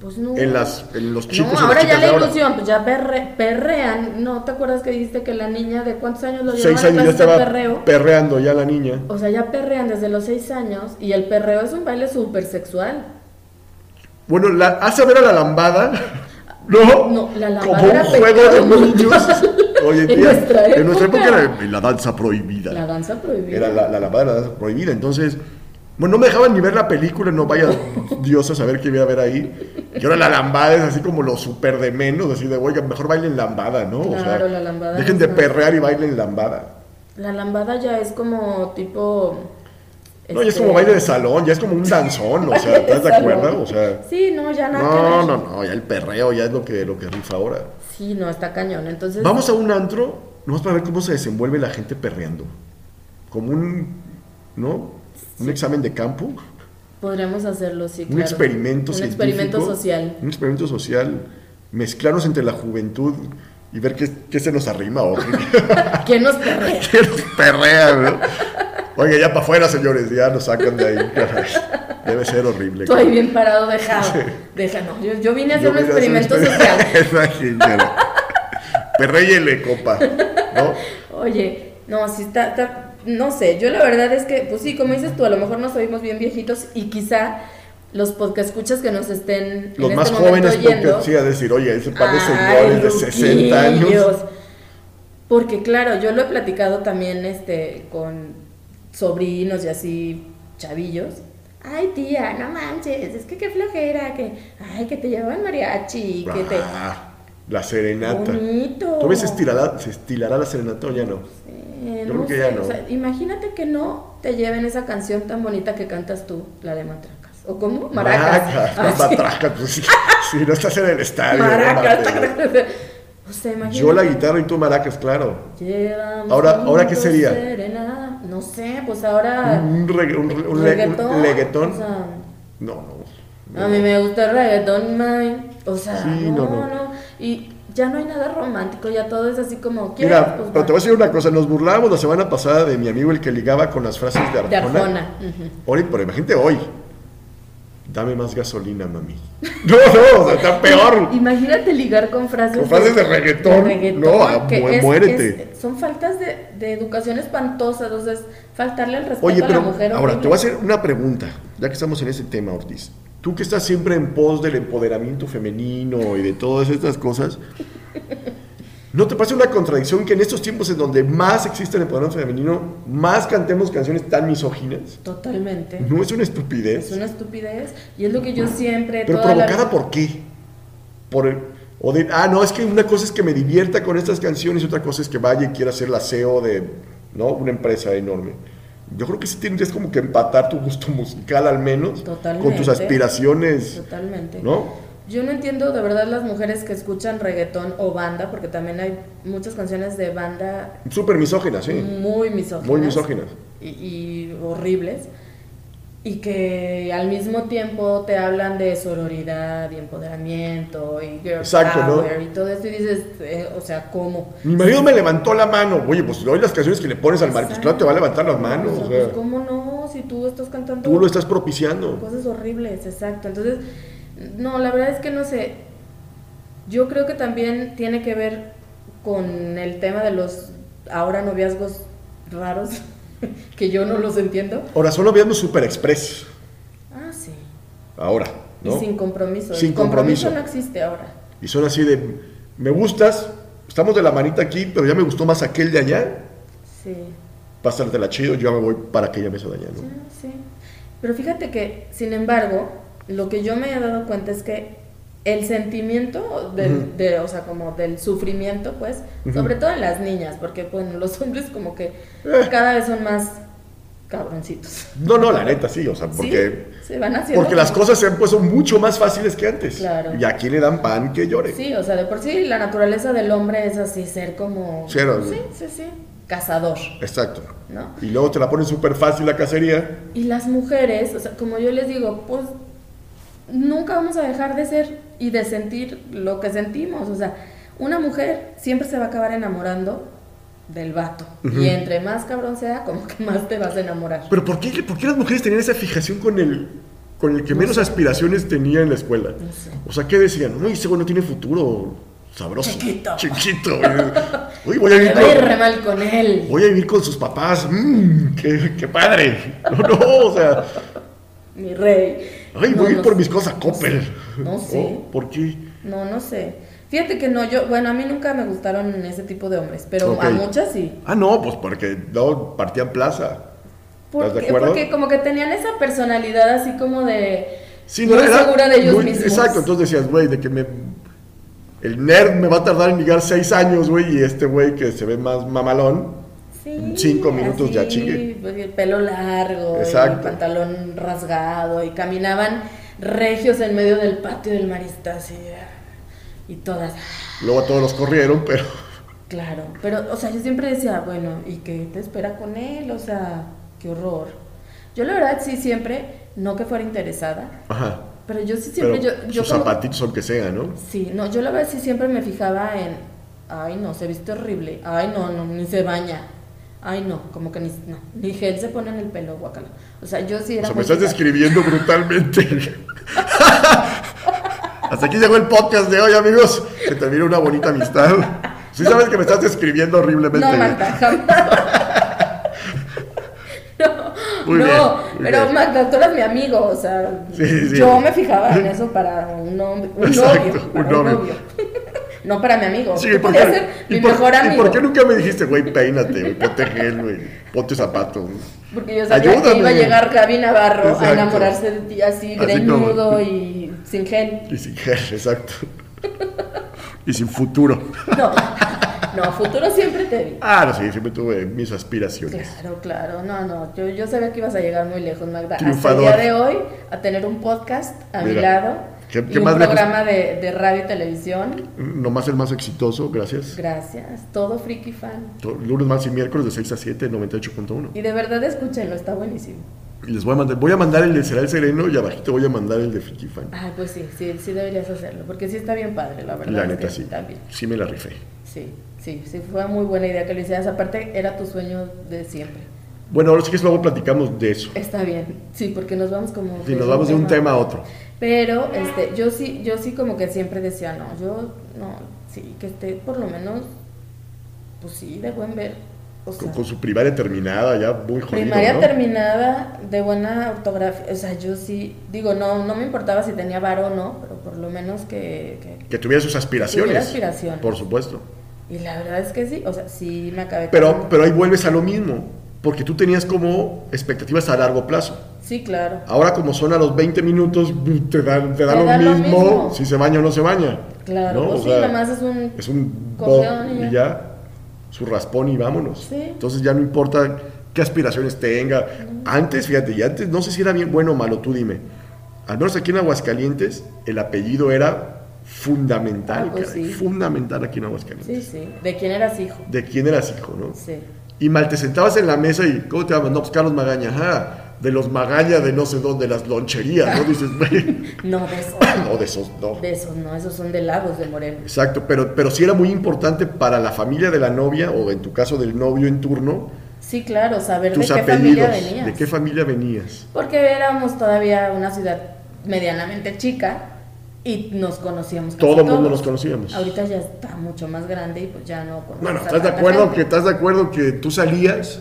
[SPEAKER 1] pues no.
[SPEAKER 2] En, las, en los chicos.
[SPEAKER 1] no,
[SPEAKER 2] y las
[SPEAKER 1] ahora ya
[SPEAKER 2] chicas de
[SPEAKER 1] la
[SPEAKER 2] ahora.
[SPEAKER 1] ilusión, pues ya perre- perrean. ¿No te acuerdas que dijiste que la niña de cuántos años lo llevaba
[SPEAKER 2] Seis
[SPEAKER 1] a
[SPEAKER 2] años ya
[SPEAKER 1] clases de
[SPEAKER 2] estaba
[SPEAKER 1] perreo?
[SPEAKER 2] perreando ya la niña.
[SPEAKER 1] O sea, ya perrean desde los seis años y el perreo es un baile súper sexual.
[SPEAKER 2] Bueno, la, hace ver a la lambada, ¿no?
[SPEAKER 1] No, la lambada
[SPEAKER 2] Como un
[SPEAKER 1] era
[SPEAKER 2] juego de
[SPEAKER 1] pecado
[SPEAKER 2] niños. Hoy en,
[SPEAKER 1] En
[SPEAKER 2] día,
[SPEAKER 1] nuestra
[SPEAKER 2] en nuestra
[SPEAKER 1] época.
[SPEAKER 2] época era la danza prohibida.
[SPEAKER 1] La danza prohibida.
[SPEAKER 2] era la, la lambada, la danza prohibida. Entonces, bueno, no me dejaban ni ver la película, no vaya Dios a saber qué iba a ver ahí. Y ahora la lambada es así como lo súper de menos, así de, oiga, mejor bailen lambada, ¿no?
[SPEAKER 1] Claro, la lambada
[SPEAKER 2] Dejen
[SPEAKER 1] es
[SPEAKER 2] de
[SPEAKER 1] una-
[SPEAKER 2] perrear y bailen lambada.
[SPEAKER 1] La lambada ya es como tipo.
[SPEAKER 2] No, ya es
[SPEAKER 1] este,
[SPEAKER 2] como baile de salón, ya es como un danzón, o sea, ¿estás de
[SPEAKER 1] salón.
[SPEAKER 2] acuerdo? O sea,
[SPEAKER 1] Sí, no, ya nada. que
[SPEAKER 2] no,
[SPEAKER 1] ver.
[SPEAKER 2] no, no, ya el perreo ya es lo que, lo que rifa ahora.
[SPEAKER 1] Sí, no, está cañón. Entonces,
[SPEAKER 2] Vamos a un antro, nomás para ver cómo se desenvuelve la gente perreando. Como un, ¿no? Un examen de campo, un
[SPEAKER 1] podríamos hacerlo, sí, claro.
[SPEAKER 2] experimento
[SPEAKER 1] Un
[SPEAKER 2] científico.
[SPEAKER 1] experimento social.
[SPEAKER 2] Un experimento social. Mezclarnos entre la juventud y ver qué, qué se nos arrima o qué,
[SPEAKER 1] ¿Quién nos perrea?
[SPEAKER 2] qué nos perrea, ¿no? Oiga, ya para afuera, señores, ya nos sacan de ahí. caray. Debe ser horrible.
[SPEAKER 1] Tú ahí
[SPEAKER 2] caray.
[SPEAKER 1] bien parado, dejado. Déjalo. Yo, yo vine a hacer
[SPEAKER 2] Yo
[SPEAKER 1] un
[SPEAKER 2] vine a
[SPEAKER 1] experimento
[SPEAKER 2] hacer un
[SPEAKER 1] social.
[SPEAKER 2] experimento. Imagínate. Perréyele, compa. ¿No?
[SPEAKER 1] Oye, no, si está, está- no sé, yo la verdad es que, pues sí, como dices tú, a lo mejor nos oímos bien viejitos y quizá los podcasts que nos estén
[SPEAKER 2] Los
[SPEAKER 1] en
[SPEAKER 2] más
[SPEAKER 1] este momento
[SPEAKER 2] jóvenes
[SPEAKER 1] oyendo,
[SPEAKER 2] porque sí a decir, oye, ese par de
[SPEAKER 1] ay,
[SPEAKER 2] señores de 60 años.
[SPEAKER 1] ruquillos. Porque claro, yo lo he platicado también este con sobrinos y así chavillos. Ay, tía, no manches, es que qué flojera que ay, que te llevaban mariachi, que te Oh,
[SPEAKER 2] Ah, la serenata.
[SPEAKER 1] bonito.
[SPEAKER 2] ¿Tú ves estirará, se estilará la serenata o ya no?
[SPEAKER 1] Eh,
[SPEAKER 2] Yo
[SPEAKER 1] no
[SPEAKER 2] creo que ya
[SPEAKER 1] sé,
[SPEAKER 2] no.
[SPEAKER 1] o sea, imagínate que no te lleven esa canción tan bonita que cantas tú, la de Matracas. ¿O cómo? Maracas.
[SPEAKER 2] Maracas,
[SPEAKER 1] Ah,
[SPEAKER 2] no,
[SPEAKER 1] sí.
[SPEAKER 2] matracas, pues sí. Si no estás en el estadio.
[SPEAKER 1] Maracas.
[SPEAKER 2] no mames.
[SPEAKER 1] O sea, imagínate.
[SPEAKER 2] Yo la guitarra y tú maracas, claro.
[SPEAKER 1] Llevamos
[SPEAKER 2] Ahora- ¿ahora qué
[SPEAKER 1] juntos
[SPEAKER 2] sería?
[SPEAKER 1] serenata. No sé, pues ahora.
[SPEAKER 2] Un, regga- un, re- un le- un
[SPEAKER 1] reggaetón.
[SPEAKER 2] leguetón.
[SPEAKER 1] o sea,
[SPEAKER 2] No, no.
[SPEAKER 1] A mí me gusta el reggaetón, man. O sea,
[SPEAKER 2] Sí,
[SPEAKER 1] no,
[SPEAKER 2] no,
[SPEAKER 1] no,
[SPEAKER 2] no.
[SPEAKER 1] Y ya no hay nada romántico, ya todo es así como. ¿quieres?
[SPEAKER 2] Mira,
[SPEAKER 1] Pues,
[SPEAKER 2] pero te
[SPEAKER 1] va.
[SPEAKER 2] voy a decir una cosa. Nos burlábamos la semana pasada de mi amigo el que ligaba con las frases de
[SPEAKER 1] De
[SPEAKER 2] Arjona.
[SPEAKER 1] Arjona. ujú.
[SPEAKER 2] Oye, pero imagínate hoy. Dame más gasolina, mami. No, no, o sea, está peor.
[SPEAKER 1] Imagínate ligar con frases,
[SPEAKER 2] Con frases de reggaetón. No, ah,
[SPEAKER 1] que
[SPEAKER 2] mu-
[SPEAKER 1] es-
[SPEAKER 2] muérete.
[SPEAKER 1] es- son faltas de, de educación espantosas, o sea, es faltarle el respeto
[SPEAKER 2] Oye,
[SPEAKER 1] a
[SPEAKER 2] pero
[SPEAKER 1] la mujer.
[SPEAKER 2] ahora
[SPEAKER 1] horrible.
[SPEAKER 2] te voy a hacer una pregunta, ya que estamos en ese tema, Ortiz. Tú que estás siempre en pos del empoderamiento femenino y de todas estas cosas, ¿no te parece una contradicción que en estos tiempos en donde más existe el empoderamiento femenino, más cantemos canciones tan misóginas?
[SPEAKER 1] Totalmente.
[SPEAKER 2] ¿No es una estupidez?
[SPEAKER 1] Es una estupidez y es lo que yo siempre...
[SPEAKER 2] ¿Pero
[SPEAKER 1] toda la
[SPEAKER 2] provocada
[SPEAKER 1] vida-
[SPEAKER 2] por qué? Por el- o de, ah, no, es que una cosa es que me divierta con estas canciones y otra cosa es que vaya y quiera ser la CEO de ¿no? una empresa enorme. Yo creo que sí tendrías como que empatar tu gusto musical al menos con tus
[SPEAKER 1] Totalmente.
[SPEAKER 2] aspiraciones,
[SPEAKER 1] Totalmente.
[SPEAKER 2] ¿no?
[SPEAKER 1] Yo no entiendo de verdad las mujeres que escuchan reggaetón o banda, porque también hay muchas canciones de banda
[SPEAKER 2] Súper misóginas, sí.
[SPEAKER 1] muy misóginas.
[SPEAKER 2] Muy misóginas.
[SPEAKER 1] y, y horribles y que al mismo tiempo te hablan de sororidad y empoderamiento y girl
[SPEAKER 2] Exacto, ¿no?
[SPEAKER 1] power y todo esto y dices, eh, o sea, ¿cómo?
[SPEAKER 2] Mi marido me levantó la mano. Oye, pues hoy las canciones que le pones al mar, pues claro, te va a levantar las manos.
[SPEAKER 1] O sea,
[SPEAKER 2] o sea,
[SPEAKER 1] pues, ¿Cómo no? Si tú estás cantando
[SPEAKER 2] tú lo estás propiciando.
[SPEAKER 1] cosas horribles, exacto. Entonces, no, la verdad es que no sé. Yo creo que también tiene que ver con el tema de los ahora noviazgos raros, que yo no los entiendo.
[SPEAKER 2] Ahora, son noviazgos súper express.
[SPEAKER 1] Ah, sí.
[SPEAKER 2] Ahora, ¿no?
[SPEAKER 1] Y sin compromiso.
[SPEAKER 2] Sin
[SPEAKER 1] el compromiso.
[SPEAKER 2] compromiso.
[SPEAKER 1] no existe ahora.
[SPEAKER 2] Y son así de, me gustas, estamos de la manita aquí, pero ya me gustó más aquel de allá,
[SPEAKER 1] Sí.
[SPEAKER 2] pásatela chido, yo ya me voy para aquella mesa de allá, ¿no?
[SPEAKER 1] Sí, sí. Pero fíjate que, sin embargo, lo que yo me he dado cuenta es que el sentimiento del,
[SPEAKER 2] Ujú.
[SPEAKER 1] de, o sea, como del sufrimiento, pues,
[SPEAKER 2] Ujú.
[SPEAKER 1] sobre todo en las niñas, porque bueno, los hombres como que
[SPEAKER 2] Eh.
[SPEAKER 1] cada vez son más cabroncitos.
[SPEAKER 2] No, no, la neta sí, o sea, porque,
[SPEAKER 1] Sí, se van haciendo.
[SPEAKER 2] porque las
[SPEAKER 1] como-
[SPEAKER 2] cosas se han puesto mucho más fáciles que antes.
[SPEAKER 1] Claro.
[SPEAKER 2] Y aquí le dan pan que llore.
[SPEAKER 1] Sí, o sea, de por sí la naturaleza del hombre es así, ser como.
[SPEAKER 2] Sí, era-
[SPEAKER 1] sí, sí, sí. Cazador,
[SPEAKER 2] Exacto.
[SPEAKER 1] ¿no?
[SPEAKER 2] Y luego te la ponen súper fácil la cacería.
[SPEAKER 1] Y las mujeres, o sea, como yo les digo, pues nunca vamos a dejar de ser y de sentir lo que sentimos. O sea, una mujer siempre se va a acabar enamorando del vato.
[SPEAKER 2] Ujú.
[SPEAKER 1] Y entre más cabrón sea, como que más te vas a enamorar.
[SPEAKER 2] Pero ¿por qué, por qué las mujeres tenían esa fijación con el, con el que menos aspiraciones tenía en la escuela?
[SPEAKER 1] No sé.
[SPEAKER 2] O sea, ¿qué decían? Uy, ese güey no tiene futuro. Sabroso.
[SPEAKER 1] Chiquito.
[SPEAKER 2] Chiquito. güey. Uy, voy a
[SPEAKER 1] Me
[SPEAKER 2] ir
[SPEAKER 1] va a ir
[SPEAKER 2] con-
[SPEAKER 1] re mal con él.
[SPEAKER 2] voy a vivir con sus papás, mmm, qué, qué padre. No, no, o sea,
[SPEAKER 1] Mi rey.
[SPEAKER 2] ay,
[SPEAKER 1] No,
[SPEAKER 2] voy a ir
[SPEAKER 1] no
[SPEAKER 2] por
[SPEAKER 1] sé.
[SPEAKER 2] mis cosas a Coppel. Oh,
[SPEAKER 1] No sé.
[SPEAKER 2] ¿Por qué?
[SPEAKER 1] No, no sé. Fíjate que no, yo, bueno, a mí nunca me gustaron ese tipo de hombres, pero a
[SPEAKER 2] Ok.
[SPEAKER 1] muchas sí.
[SPEAKER 2] Ah, no, pues porque no partían plaza. ¿Estás de
[SPEAKER 1] Porque,
[SPEAKER 2] acuerdo?
[SPEAKER 1] porque como que tenían esa personalidad así como de...
[SPEAKER 2] Sí, no
[SPEAKER 1] muy
[SPEAKER 2] era.
[SPEAKER 1] segura de ellos
[SPEAKER 2] muy-
[SPEAKER 1] mismos.
[SPEAKER 2] Exacto, entonces decías, güey, de que me. El nerd me va a tardar en ligar seis años, güey, y este güey que se ve más mamalón.
[SPEAKER 1] Sí,
[SPEAKER 2] Cinco minutos
[SPEAKER 1] así,
[SPEAKER 2] ya chingue.
[SPEAKER 1] pues, El pelo largo,
[SPEAKER 2] Exacto.
[SPEAKER 1] el pantalón rasgado y caminaban regios en medio del patio del marista, así. Y todas,
[SPEAKER 2] Luego a todos los corrieron, pero.
[SPEAKER 1] claro. Pero, o sea, yo siempre decía, bueno, ¿y qué te espera con él? O sea, qué horror. Yo la verdad sí siempre, no que fuera interesada,
[SPEAKER 2] Ajá.
[SPEAKER 1] pero yo sí siempre,
[SPEAKER 2] pero
[SPEAKER 1] yo, yo
[SPEAKER 2] sus
[SPEAKER 1] como-
[SPEAKER 2] zapatitos, aunque sea, ¿no?
[SPEAKER 1] Sí, no, yo la verdad sí siempre me fijaba en Ay, no, se viste horrible. Ay, no, no, ni se baña. Ay, no, como que ni, no, ni gel se pone en el pelo, guacala. O sea, yo sí
[SPEAKER 2] O
[SPEAKER 1] era.
[SPEAKER 2] sea, me
[SPEAKER 1] muy
[SPEAKER 2] estás
[SPEAKER 1] chica.
[SPEAKER 2] describiendo brutalmente. Hasta aquí llegó el podcast de hoy, amigos. Que termine una bonita amistad. Sí sabes que me estás describiendo horriblemente.
[SPEAKER 1] No, Magda, jamás. no,
[SPEAKER 2] Muy
[SPEAKER 1] no,
[SPEAKER 2] bien, muy
[SPEAKER 1] pero
[SPEAKER 2] bien.
[SPEAKER 1] Magda, tú eras mi amigo, o sea,
[SPEAKER 2] Sí, sí, sí.
[SPEAKER 1] yo me fijaba en eso para un, hom- un
[SPEAKER 2] Exacto,
[SPEAKER 1] novio.
[SPEAKER 2] un
[SPEAKER 1] para
[SPEAKER 2] novio.
[SPEAKER 1] no para mi amigo.
[SPEAKER 2] Sí,
[SPEAKER 1] Tú
[SPEAKER 2] ¿por
[SPEAKER 1] podías
[SPEAKER 2] qué?
[SPEAKER 1] ser mi
[SPEAKER 2] por-
[SPEAKER 1] mejor
[SPEAKER 2] ¿Y
[SPEAKER 1] amigo.
[SPEAKER 2] por qué nunca me dijiste, güey, peínate, güey, ponte gel, güey, ponte zapatos? güey?
[SPEAKER 1] Porque yo sabía que
[SPEAKER 2] Ayúdame.
[SPEAKER 1] iba a llegar Gaby Navarro a
[SPEAKER 2] Exacto.
[SPEAKER 1] enamorarse de ti así,
[SPEAKER 2] Así
[SPEAKER 1] greñudo
[SPEAKER 2] como-
[SPEAKER 1] y sin gel.
[SPEAKER 2] Y sin gel, exacto. y sin futuro.
[SPEAKER 1] No, no, futuro siempre te vi.
[SPEAKER 2] Ah, no sé, siempre tuve mis aspiraciones.
[SPEAKER 1] Claro, claro, no, no, yo, yo sabía que ibas a llegar muy lejos, Magda. Hasta el
[SPEAKER 2] Triunfador.
[SPEAKER 1] día de hoy, a tener un podcast a mi
[SPEAKER 2] Mira,
[SPEAKER 1] lado
[SPEAKER 2] ¿qué-
[SPEAKER 1] y
[SPEAKER 2] qué
[SPEAKER 1] un
[SPEAKER 2] más lejos?
[SPEAKER 1] programa de, de radio y televisión.
[SPEAKER 2] Nomás el más exitoso, gracias.
[SPEAKER 1] Gracias, todo friki fan.
[SPEAKER 2] To- Lunes, martes y miércoles de 6 a 7, 98.1.
[SPEAKER 1] Y de verdad, escúchenlo, está buenísimo.
[SPEAKER 2] Y les voy a mandar, voy a mandar el de Será el Sereno y abajito voy a mandar el de Friki Fan.
[SPEAKER 1] Ay, pues sí, sí, sí deberías hacerlo, porque sí está bien padre, la verdad.
[SPEAKER 2] Ah, La
[SPEAKER 1] es
[SPEAKER 2] neta,
[SPEAKER 1] que
[SPEAKER 2] sí.
[SPEAKER 1] También.
[SPEAKER 2] Sí me la rifé.
[SPEAKER 1] Sí, sí, sí, fue muy buena idea que lo hicieras. Aparte, era tu sueño de siempre.
[SPEAKER 2] Bueno, ahora sí que luego platicamos de eso.
[SPEAKER 1] Está bien, sí, porque nos vamos como...
[SPEAKER 2] Si nos vamos de un tema a otro.
[SPEAKER 1] Pero este, yo sí, yo sí como que siempre decía, no, yo no, sí, que esté por lo menos, pues sí, de buen ver. O sea,
[SPEAKER 2] Con, con su primaria terminada, ya muy jodido,
[SPEAKER 1] primaria
[SPEAKER 2] ¿no?
[SPEAKER 1] terminada, de buena ortografía. O sea, yo sí, digo, no, no me importaba si tenía varo o no, pero por lo menos que, que-
[SPEAKER 2] Que tuviera sus aspiraciones.
[SPEAKER 1] Tuviera aspiraciones.
[SPEAKER 2] Por supuesto.
[SPEAKER 1] Y la verdad es que sí, o sea, sí me acabé.
[SPEAKER 2] Pero,
[SPEAKER 1] casando.
[SPEAKER 2] pero ahí vuelves a lo mismo. Porque tú tenías como expectativas a largo plazo.
[SPEAKER 1] Sí, claro,
[SPEAKER 2] Ahora como son a los 20 minutos, te dan, te da
[SPEAKER 1] Te
[SPEAKER 2] lo,
[SPEAKER 1] da lo
[SPEAKER 2] mismo
[SPEAKER 1] mismo.
[SPEAKER 2] si se baña o no se baña.
[SPEAKER 1] claro.
[SPEAKER 2] ¿no?
[SPEAKER 1] Pues
[SPEAKER 2] O
[SPEAKER 1] sí,
[SPEAKER 2] sea,
[SPEAKER 1] nomás es un...
[SPEAKER 2] es un
[SPEAKER 1] Cojeón
[SPEAKER 2] bo-
[SPEAKER 1] y ya.
[SPEAKER 2] y ya, su raspón y vámonos.
[SPEAKER 1] Sí.
[SPEAKER 2] Entonces ya no importa qué aspiraciones tenga. Antes, fíjate, y antes no sé si era bien bueno o malo, tú dime. Al menos aquí en Aguascalientes, el apellido era fundamental,
[SPEAKER 1] Ah, pues
[SPEAKER 2] caray,
[SPEAKER 1] sí.
[SPEAKER 2] fundamental aquí en Aguascalientes.
[SPEAKER 1] Sí, sí, de quién eras hijo.
[SPEAKER 2] De quién eras hijo, ¿no?
[SPEAKER 1] Sí.
[SPEAKER 2] Y mal te sentabas en la mesa y, ¿cómo te llamas? No, pues Carlos Magaña, ajá, de los Magaña de no sé dónde, las loncherías, ¿no? Dices, güey,
[SPEAKER 1] No, de esos,
[SPEAKER 2] no, de esos, no.
[SPEAKER 1] de esos no, esos son de lagos de Moreno.
[SPEAKER 2] Exacto, pero, pero sí era muy importante para la familia de la novia, o en tu caso del novio en turno,
[SPEAKER 1] Sí, claro, saber de
[SPEAKER 2] tus
[SPEAKER 1] qué familia
[SPEAKER 2] apellidos,
[SPEAKER 1] venías.
[SPEAKER 2] de qué familia venías.
[SPEAKER 1] Porque éramos todavía una ciudad medianamente chica y nos conocíamos casi
[SPEAKER 2] Todo el mundo
[SPEAKER 1] todos.
[SPEAKER 2] nos conocíamos.
[SPEAKER 1] Ahorita ya está mucho más grande y pues ya no conocemos.
[SPEAKER 2] Bueno,
[SPEAKER 1] a
[SPEAKER 2] ¿estás de,
[SPEAKER 1] tanta
[SPEAKER 2] acuerdo
[SPEAKER 1] gente.
[SPEAKER 2] que, ¿estás de acuerdo que tú salías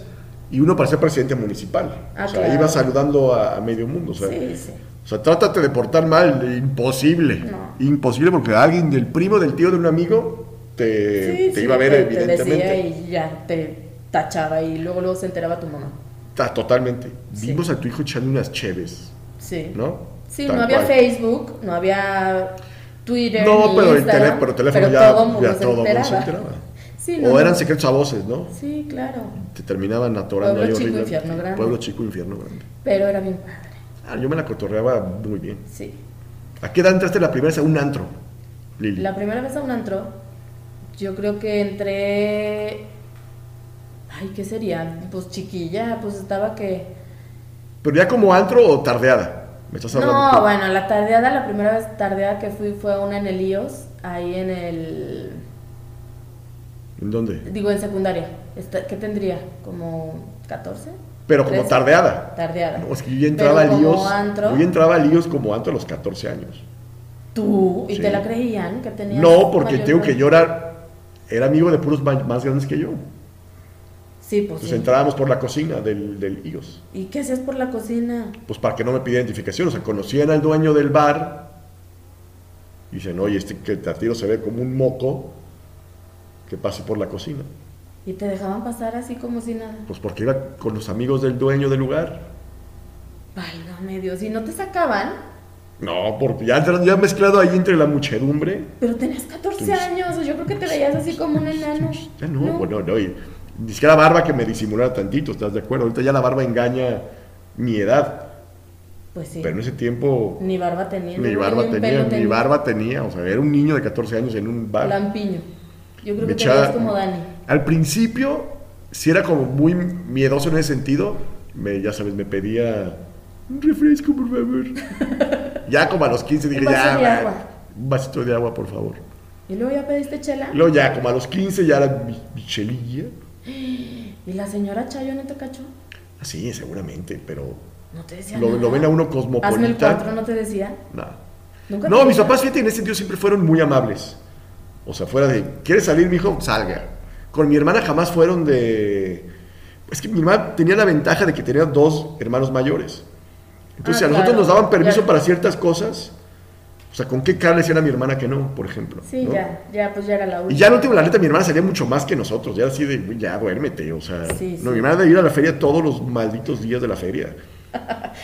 [SPEAKER 2] y uno parecía presidente municipal?
[SPEAKER 1] Ah,
[SPEAKER 2] o sea,
[SPEAKER 1] claro.
[SPEAKER 2] ibas saludando a, a medio mundo. O sea,
[SPEAKER 1] Sí, sí.
[SPEAKER 2] o sea, trátate de portar mal, imposible.
[SPEAKER 1] No.
[SPEAKER 2] Imposible porque alguien del primo, del tío, de un amigo, te,
[SPEAKER 1] Sí,
[SPEAKER 2] te
[SPEAKER 1] sí,
[SPEAKER 2] iba a ver,
[SPEAKER 1] te-
[SPEAKER 2] evidentemente.
[SPEAKER 1] Te decía y ya te tachaba y luego luego se enteraba tu mamá.
[SPEAKER 2] Ta- Totalmente.
[SPEAKER 1] Sí.
[SPEAKER 2] Vimos a tu hijo echando unas cheves,
[SPEAKER 1] Sí.
[SPEAKER 2] ¿no?
[SPEAKER 1] Sí,
[SPEAKER 2] Tal
[SPEAKER 1] no había
[SPEAKER 2] cual.
[SPEAKER 1] Facebook, no había Twitter.
[SPEAKER 2] No,
[SPEAKER 1] ni
[SPEAKER 2] pero el
[SPEAKER 1] Instagram,
[SPEAKER 2] tele- pero el teléfono
[SPEAKER 1] pero
[SPEAKER 2] ya,
[SPEAKER 1] todo mundo
[SPEAKER 2] ya
[SPEAKER 1] se
[SPEAKER 2] todo mundo
[SPEAKER 1] enteraba.
[SPEAKER 2] se enteraba.
[SPEAKER 1] Sí,
[SPEAKER 2] o
[SPEAKER 1] no,
[SPEAKER 2] eran
[SPEAKER 1] no.
[SPEAKER 2] secretos a voces, ¿no?
[SPEAKER 1] Sí, claro.
[SPEAKER 2] Te terminaban atorando
[SPEAKER 1] Pueblo
[SPEAKER 2] ahí
[SPEAKER 1] chico,
[SPEAKER 2] horriblemente.
[SPEAKER 1] infierno grande.
[SPEAKER 2] Pueblo chico, infierno grande.
[SPEAKER 1] Pero era bien padre.
[SPEAKER 2] Ah, yo me la cotorreaba muy bien.
[SPEAKER 1] Sí.
[SPEAKER 2] ¿A qué edad entraste la primera vez a un antro, Lili?
[SPEAKER 1] La primera vez a un antro, yo creo que entré. Ay, ¿qué sería? Pues chiquilla, pues estaba que.
[SPEAKER 2] ¿Pero ya como antro o tardeada? Me estás hablando.
[SPEAKER 1] No,
[SPEAKER 2] tú.
[SPEAKER 1] bueno, la tardeada, la primera vez tardeada que fui fue a una en el IOS, ahí en el.
[SPEAKER 2] ¿En dónde?
[SPEAKER 1] Digo, en secundaria. Esta- ¿Qué tendría? ¿Como 14?
[SPEAKER 2] Pero como
[SPEAKER 1] 13.
[SPEAKER 2] tardeada.
[SPEAKER 1] Tardeada.
[SPEAKER 2] No, es que yo ya entraba
[SPEAKER 1] Pero
[SPEAKER 2] a
[SPEAKER 1] como
[SPEAKER 2] líos.
[SPEAKER 1] antro,
[SPEAKER 2] Yo ya entraba a líos como antro a los 14 años.
[SPEAKER 1] Tú, y
[SPEAKER 2] Sí.
[SPEAKER 1] te la creían que tenías.
[SPEAKER 2] No, porque
[SPEAKER 1] mayor
[SPEAKER 2] tengo que
[SPEAKER 1] edad?
[SPEAKER 2] yo era, era amigo de puros ma- más grandes que yo.
[SPEAKER 1] Sí, pues.
[SPEAKER 2] Entonces
[SPEAKER 1] sí.
[SPEAKER 2] entrábamos por la cocina del, del IOS.
[SPEAKER 1] ¿Y qué hacías por la cocina?
[SPEAKER 2] pues para que no me pidiera identificación. O sea, conocían al dueño del bar y dicen, oye, este que tatiro se ve como un moco que pase por la cocina.
[SPEAKER 1] Y te dejaban pasar así como si nada.
[SPEAKER 2] Pues porque iba con los amigos del dueño del lugar.
[SPEAKER 1] Válgame Dios, y no te sacaban,
[SPEAKER 2] No, porque ya, entran- ya mezclado ahí entre la muchedumbre.
[SPEAKER 1] pero tenías 14
[SPEAKER 2] Pues-
[SPEAKER 1] años, o yo creo que te veías así como un enano.
[SPEAKER 2] Ya no, bueno, no. Y, ni siquiera barba que me disimulara tantito, ¿estás de acuerdo? Ahorita ya la barba engaña mi edad.
[SPEAKER 1] Pues sí,
[SPEAKER 2] Pero en ese tiempo
[SPEAKER 1] ni barba tenía.
[SPEAKER 2] ni
[SPEAKER 1] un
[SPEAKER 2] barba
[SPEAKER 1] pelo
[SPEAKER 2] tenía, ni barba tenía. O sea, era un niño de 14 años en un bar.
[SPEAKER 1] Lampiño. Yo creo
[SPEAKER 2] Me
[SPEAKER 1] que te veías
[SPEAKER 2] echaba-
[SPEAKER 1] como Dani.
[SPEAKER 2] Al principio, si era como muy miedoso en ese sentido, me, ya sabes, me pedía un refresco, por favor. ya como a los 15 dije,
[SPEAKER 1] Un vaso
[SPEAKER 2] ya,
[SPEAKER 1] de
[SPEAKER 2] va,
[SPEAKER 1] agua".
[SPEAKER 2] un vasito de agua, por favor.
[SPEAKER 1] Y luego ya pediste chela.
[SPEAKER 2] Luego ya, como a los 15, ya era mi, mi chelilla.
[SPEAKER 1] ¿Y la señora Chayo no te cachó?
[SPEAKER 2] Ah, Sí, seguramente, pero
[SPEAKER 1] No te decía.
[SPEAKER 2] lo,
[SPEAKER 1] nada?
[SPEAKER 2] lo ven a uno
[SPEAKER 1] Hazme el cuatro,
[SPEAKER 2] cosmopolita.
[SPEAKER 1] no te decía.
[SPEAKER 2] No.
[SPEAKER 1] Nunca te
[SPEAKER 2] No, mis
[SPEAKER 1] decía?
[SPEAKER 2] papás, fíjate, en ese sentido siempre fueron muy amables. O sea, fuera de, ¿quieres salir, mijo? Salga. Con mi hermana jamás fueron de... Es que mi hermana tenía la ventaja de que tenía dos hermanos mayores. Entonces,
[SPEAKER 1] Ah,
[SPEAKER 2] a nosotros
[SPEAKER 1] claro.
[SPEAKER 2] nos daban permiso
[SPEAKER 1] Ya.
[SPEAKER 2] para ciertas cosas. O sea, ¿con qué cara le decían a mi hermana que no, por ejemplo?
[SPEAKER 1] Sí,
[SPEAKER 2] ¿no?
[SPEAKER 1] ya, ya, pues ya era la
[SPEAKER 2] Y
[SPEAKER 1] última.
[SPEAKER 2] ya al último, la neta, mi hermana salía mucho más que nosotros. Ya era así de, "Güey, ya duérmete. O sea,
[SPEAKER 1] Sí, sí.
[SPEAKER 2] no, mi hermana de ir a la feria todos los malditos días de la feria.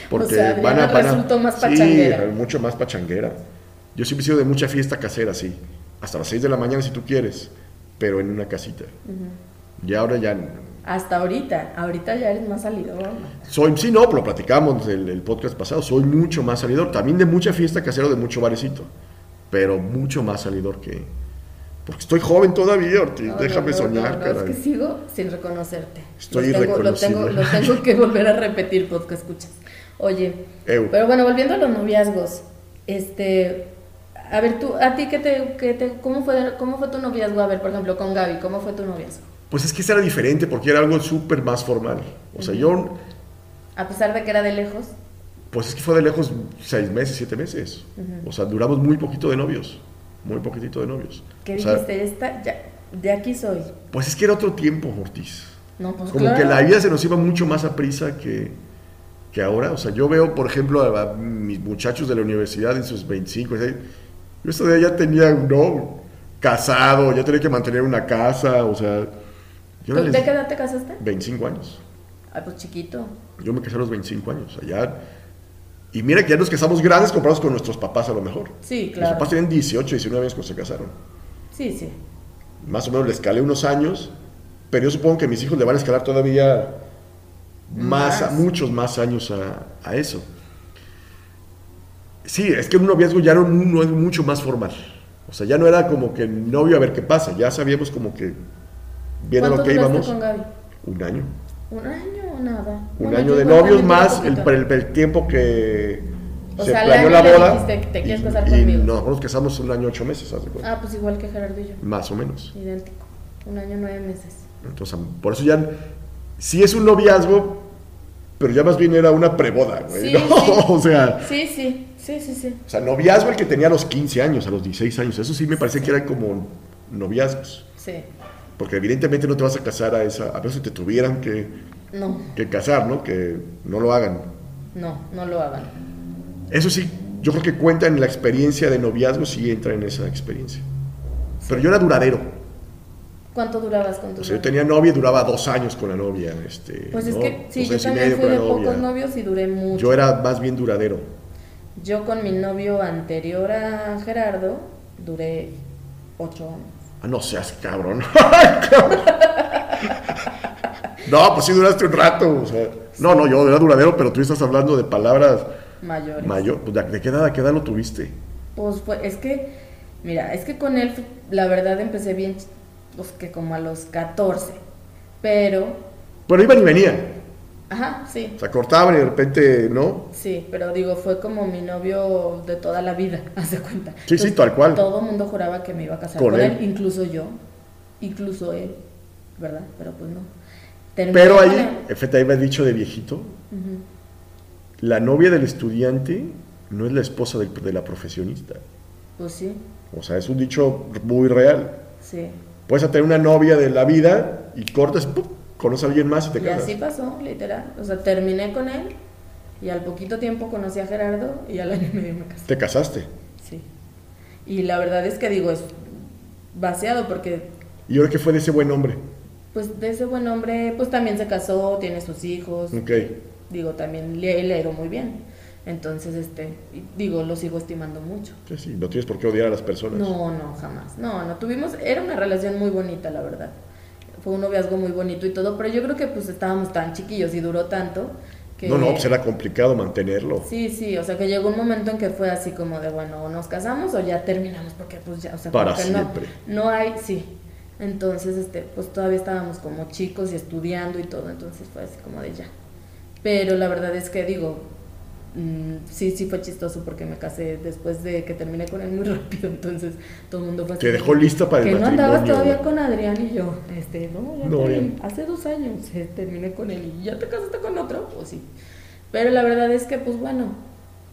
[SPEAKER 2] Porque
[SPEAKER 1] O sea,
[SPEAKER 2] van a.
[SPEAKER 1] Adriana
[SPEAKER 2] Van a-
[SPEAKER 1] resultó más
[SPEAKER 2] sí,
[SPEAKER 1] pachanguera.
[SPEAKER 2] mucho más pachanguera. Yo siempre he sido de mucha fiesta casera, sí. Hasta las 6 de la mañana si tú quieres, pero en una casita. Y ahora ya.
[SPEAKER 1] Hasta ahorita. Ahorita ya eres más salido.
[SPEAKER 2] Soy, sí, no, pero lo platicamos el, el podcast pasado. Soy mucho más salidor. También de mucha fiesta casera, de mucho barecito. Pero mucho más salidor que. Porque estoy joven todavía, Ortiz.
[SPEAKER 1] No,
[SPEAKER 2] Déjame
[SPEAKER 1] no, no,
[SPEAKER 2] soñar,
[SPEAKER 1] no, no,
[SPEAKER 2] caray.
[SPEAKER 1] Es que sigo sin reconocerte.
[SPEAKER 2] Estoy
[SPEAKER 1] Los tengo- los tengo-
[SPEAKER 2] irreconocible.
[SPEAKER 1] Los tengo, que volver a repetir porque escuchas. Oye,
[SPEAKER 2] Eu.
[SPEAKER 1] pero bueno, volviendo a los noviazgos, este, a ver tú, a ti qué te, qué te- cómo fue, cómo fue tu noviazgo, a ver, por ejemplo, con Gaby, cómo fue tu noviazgo,
[SPEAKER 2] Pues es que ese era diferente porque era algo súper más formal. O sea, yo,
[SPEAKER 1] a pesar de que era de lejos,
[SPEAKER 2] pues es que fue de lejos seis meses, siete meses. O sea, duramos muy poquito de novios. Muy poquitito de novios.
[SPEAKER 1] ¿qué
[SPEAKER 2] O sea,
[SPEAKER 1] dijiste? Esta, ya, de aquí soy.
[SPEAKER 2] pues es que era otro tiempo, Ortiz.
[SPEAKER 1] No, pues
[SPEAKER 2] Como
[SPEAKER 1] claro.
[SPEAKER 2] que la vida se nos iba mucho más a prisa que, que ahora. O sea, yo veo, por ejemplo, a, a mis muchachos de la universidad en sus 25, 26. Yo esta día ya tenía un no, casado, ya tenía que mantener una casa. O sea, yo
[SPEAKER 1] ¿Tú-
[SPEAKER 2] les-
[SPEAKER 1] ¿De qué edad te casaste?
[SPEAKER 2] 25 años.
[SPEAKER 1] Ah, pues chiquito.
[SPEAKER 2] Yo me casé a los 25 años, allá. Y mira que ya nos casamos grandes comparados con nuestros papás a lo mejor.
[SPEAKER 1] Sí,
[SPEAKER 2] Mis
[SPEAKER 1] claro.
[SPEAKER 2] papás tenían 18, 19 años cuando se casaron.
[SPEAKER 1] Sí, sí.
[SPEAKER 2] Más o menos les calé unos años, pero yo supongo que mis hijos le van a escalar todavía más,
[SPEAKER 1] Más.
[SPEAKER 2] muchos más años a, a eso. Sí, es que un noviazgo ya no, no es mucho más formal. O sea, ya no era como que novio a ver qué pasa, ya sabíamos como que bien a
[SPEAKER 1] ¿Cuánto
[SPEAKER 2] lo que
[SPEAKER 1] duraste
[SPEAKER 2] íbamos.
[SPEAKER 1] con Gaby?
[SPEAKER 2] Un año.
[SPEAKER 1] ¿Un año o nada?
[SPEAKER 2] Un
[SPEAKER 1] Bueno,
[SPEAKER 2] año
[SPEAKER 1] yo
[SPEAKER 2] de
[SPEAKER 1] igual
[SPEAKER 2] novios
[SPEAKER 1] también
[SPEAKER 2] más
[SPEAKER 1] duré
[SPEAKER 2] el,
[SPEAKER 1] poquito.
[SPEAKER 2] el- el tiempo que
[SPEAKER 1] O
[SPEAKER 2] se
[SPEAKER 1] sea, al
[SPEAKER 2] planeó
[SPEAKER 1] año
[SPEAKER 2] la
[SPEAKER 1] le
[SPEAKER 2] boda.
[SPEAKER 1] dijiste que te quieres
[SPEAKER 2] y-
[SPEAKER 1] casar
[SPEAKER 2] y
[SPEAKER 1] conmigo.
[SPEAKER 2] no, nos casamos un año ocho meses, haz de cuenta.
[SPEAKER 1] Ah, pues igual que Gerardo y yo.
[SPEAKER 2] Más o menos.
[SPEAKER 1] Idéntico. Un año, nueve meses.
[SPEAKER 2] Entonces, por eso ya sí es un noviazgo, pero ya más bien era una preboda, güey.
[SPEAKER 1] Sí,
[SPEAKER 2] ¿no?
[SPEAKER 1] sí.
[SPEAKER 2] O sea,
[SPEAKER 1] Sí, sí, sí, sí, sí.
[SPEAKER 2] o sea, noviazgo el que tenía a los 15 años, a los 16 años. Eso sí me parece que eran como noviazgos.
[SPEAKER 1] Sí.
[SPEAKER 2] Porque evidentemente no te vas a casar a esa, a menos que te tuvieran que,
[SPEAKER 1] No,
[SPEAKER 2] que casar, ¿no? Que no lo hagan.
[SPEAKER 1] no, no lo hagan.
[SPEAKER 2] Eso sí, yo creo que cuenta en la experiencia de noviazgo si entra en esa experiencia. Pero yo era duradero.
[SPEAKER 1] ¿Cuánto durabas con tu
[SPEAKER 2] O sea, Pues yo
[SPEAKER 1] novio?
[SPEAKER 2] tenía novia y duraba dos años con la novia. Este,
[SPEAKER 1] Pues es
[SPEAKER 2] ¿no?
[SPEAKER 1] que sí,
[SPEAKER 2] Dos
[SPEAKER 1] yo
[SPEAKER 2] años y
[SPEAKER 1] también
[SPEAKER 2] medio
[SPEAKER 1] fui
[SPEAKER 2] con
[SPEAKER 1] de
[SPEAKER 2] la novia.
[SPEAKER 1] pocos novios y duré mucho.
[SPEAKER 2] Yo era más bien duradero.
[SPEAKER 1] Yo con mi novio anterior a Gerardo duré ocho años.
[SPEAKER 2] Ah, no seas cabrón. Ay, cabrón. no, pues sí duraste un rato. o sea. no, no, yo era duradero, pero tú estás hablando de palabras
[SPEAKER 1] Mayores.
[SPEAKER 2] mayor. pues, ¿De qué edad a qué edad lo tuviste?
[SPEAKER 1] Pues fue, es que, mira, es que con él, la verdad, empecé bien, ch- pues que como a los 14. Pero,
[SPEAKER 2] Bueno, iban y venían.
[SPEAKER 1] ajá, sí,
[SPEAKER 2] O sea, cortaban y de repente, ¿no?
[SPEAKER 1] sí, pero digo, fue como mi novio de toda la vida, haz de cuenta.
[SPEAKER 2] Sí, sí, tal cual.
[SPEAKER 1] Todo el mundo juraba que me iba a casar
[SPEAKER 2] Con
[SPEAKER 1] con,
[SPEAKER 2] él.
[SPEAKER 1] él. incluso yo, incluso él, ¿verdad? Pero pues no. Terminé
[SPEAKER 2] Pero
[SPEAKER 1] con
[SPEAKER 2] ahí,
[SPEAKER 1] él.
[SPEAKER 2] Feta, ahí me has dicho de viejito, la novia del estudiante no es la esposa del- de la profesionista.
[SPEAKER 1] Pues sí,
[SPEAKER 2] O sea, es un dicho muy real.
[SPEAKER 1] sí.
[SPEAKER 2] Puedes tener una novia de la vida y cortas, ¡pum! conoces a alguien más y te
[SPEAKER 1] Y
[SPEAKER 2] casas.
[SPEAKER 1] así pasó, literal. O sea, terminé con él y al poquito tiempo conocí a Gerardo y al año y medio me casé.
[SPEAKER 2] Te casaste.
[SPEAKER 1] Sí. Y la verdad es que digo, es vaciado porque
[SPEAKER 2] ¿Y ahora qué fue de ese buen hombre?
[SPEAKER 1] pues de ese buen hombre pues también se casó, tiene sus hijos,
[SPEAKER 2] Ok.
[SPEAKER 1] digo, también le, le ha ido muy bien. Entonces, este, y digo, lo sigo estimando mucho.
[SPEAKER 2] Sí, sí, no tienes por qué odiar a las personas.
[SPEAKER 1] No, no, jamás. No, no tuvimos, era una relación muy bonita, la verdad. Fue un noviazgo muy bonito y todo, pero yo creo que pues estábamos tan chiquillos y duró tanto que
[SPEAKER 2] no, no, pues era complicado mantenerlo.
[SPEAKER 1] Sí, sí, o sea que llegó un momento en que fue así como de, bueno, o nos casamos o ya terminamos, porque pues ya, o sea,
[SPEAKER 2] Para
[SPEAKER 1] como que
[SPEAKER 2] siempre.
[SPEAKER 1] No, no hay, sí. Entonces, este, pues todavía estábamos como chicos y estudiando y todo, entonces fue así como de ya. Pero la verdad es que digo, mm, sí, sí fue chistoso porque me casé después de que terminé con él muy rápido, entonces todo el mundo fue
[SPEAKER 2] Te dejó lista para el
[SPEAKER 1] que no
[SPEAKER 2] matrimonio.
[SPEAKER 1] andabas todavía con Adrián y yo. Este, no, ya
[SPEAKER 2] No,
[SPEAKER 1] te-
[SPEAKER 2] ya.
[SPEAKER 1] hace dos años eh, terminé con él y ya te casaste con otro, pues sí. Pero la verdad es que, pues bueno,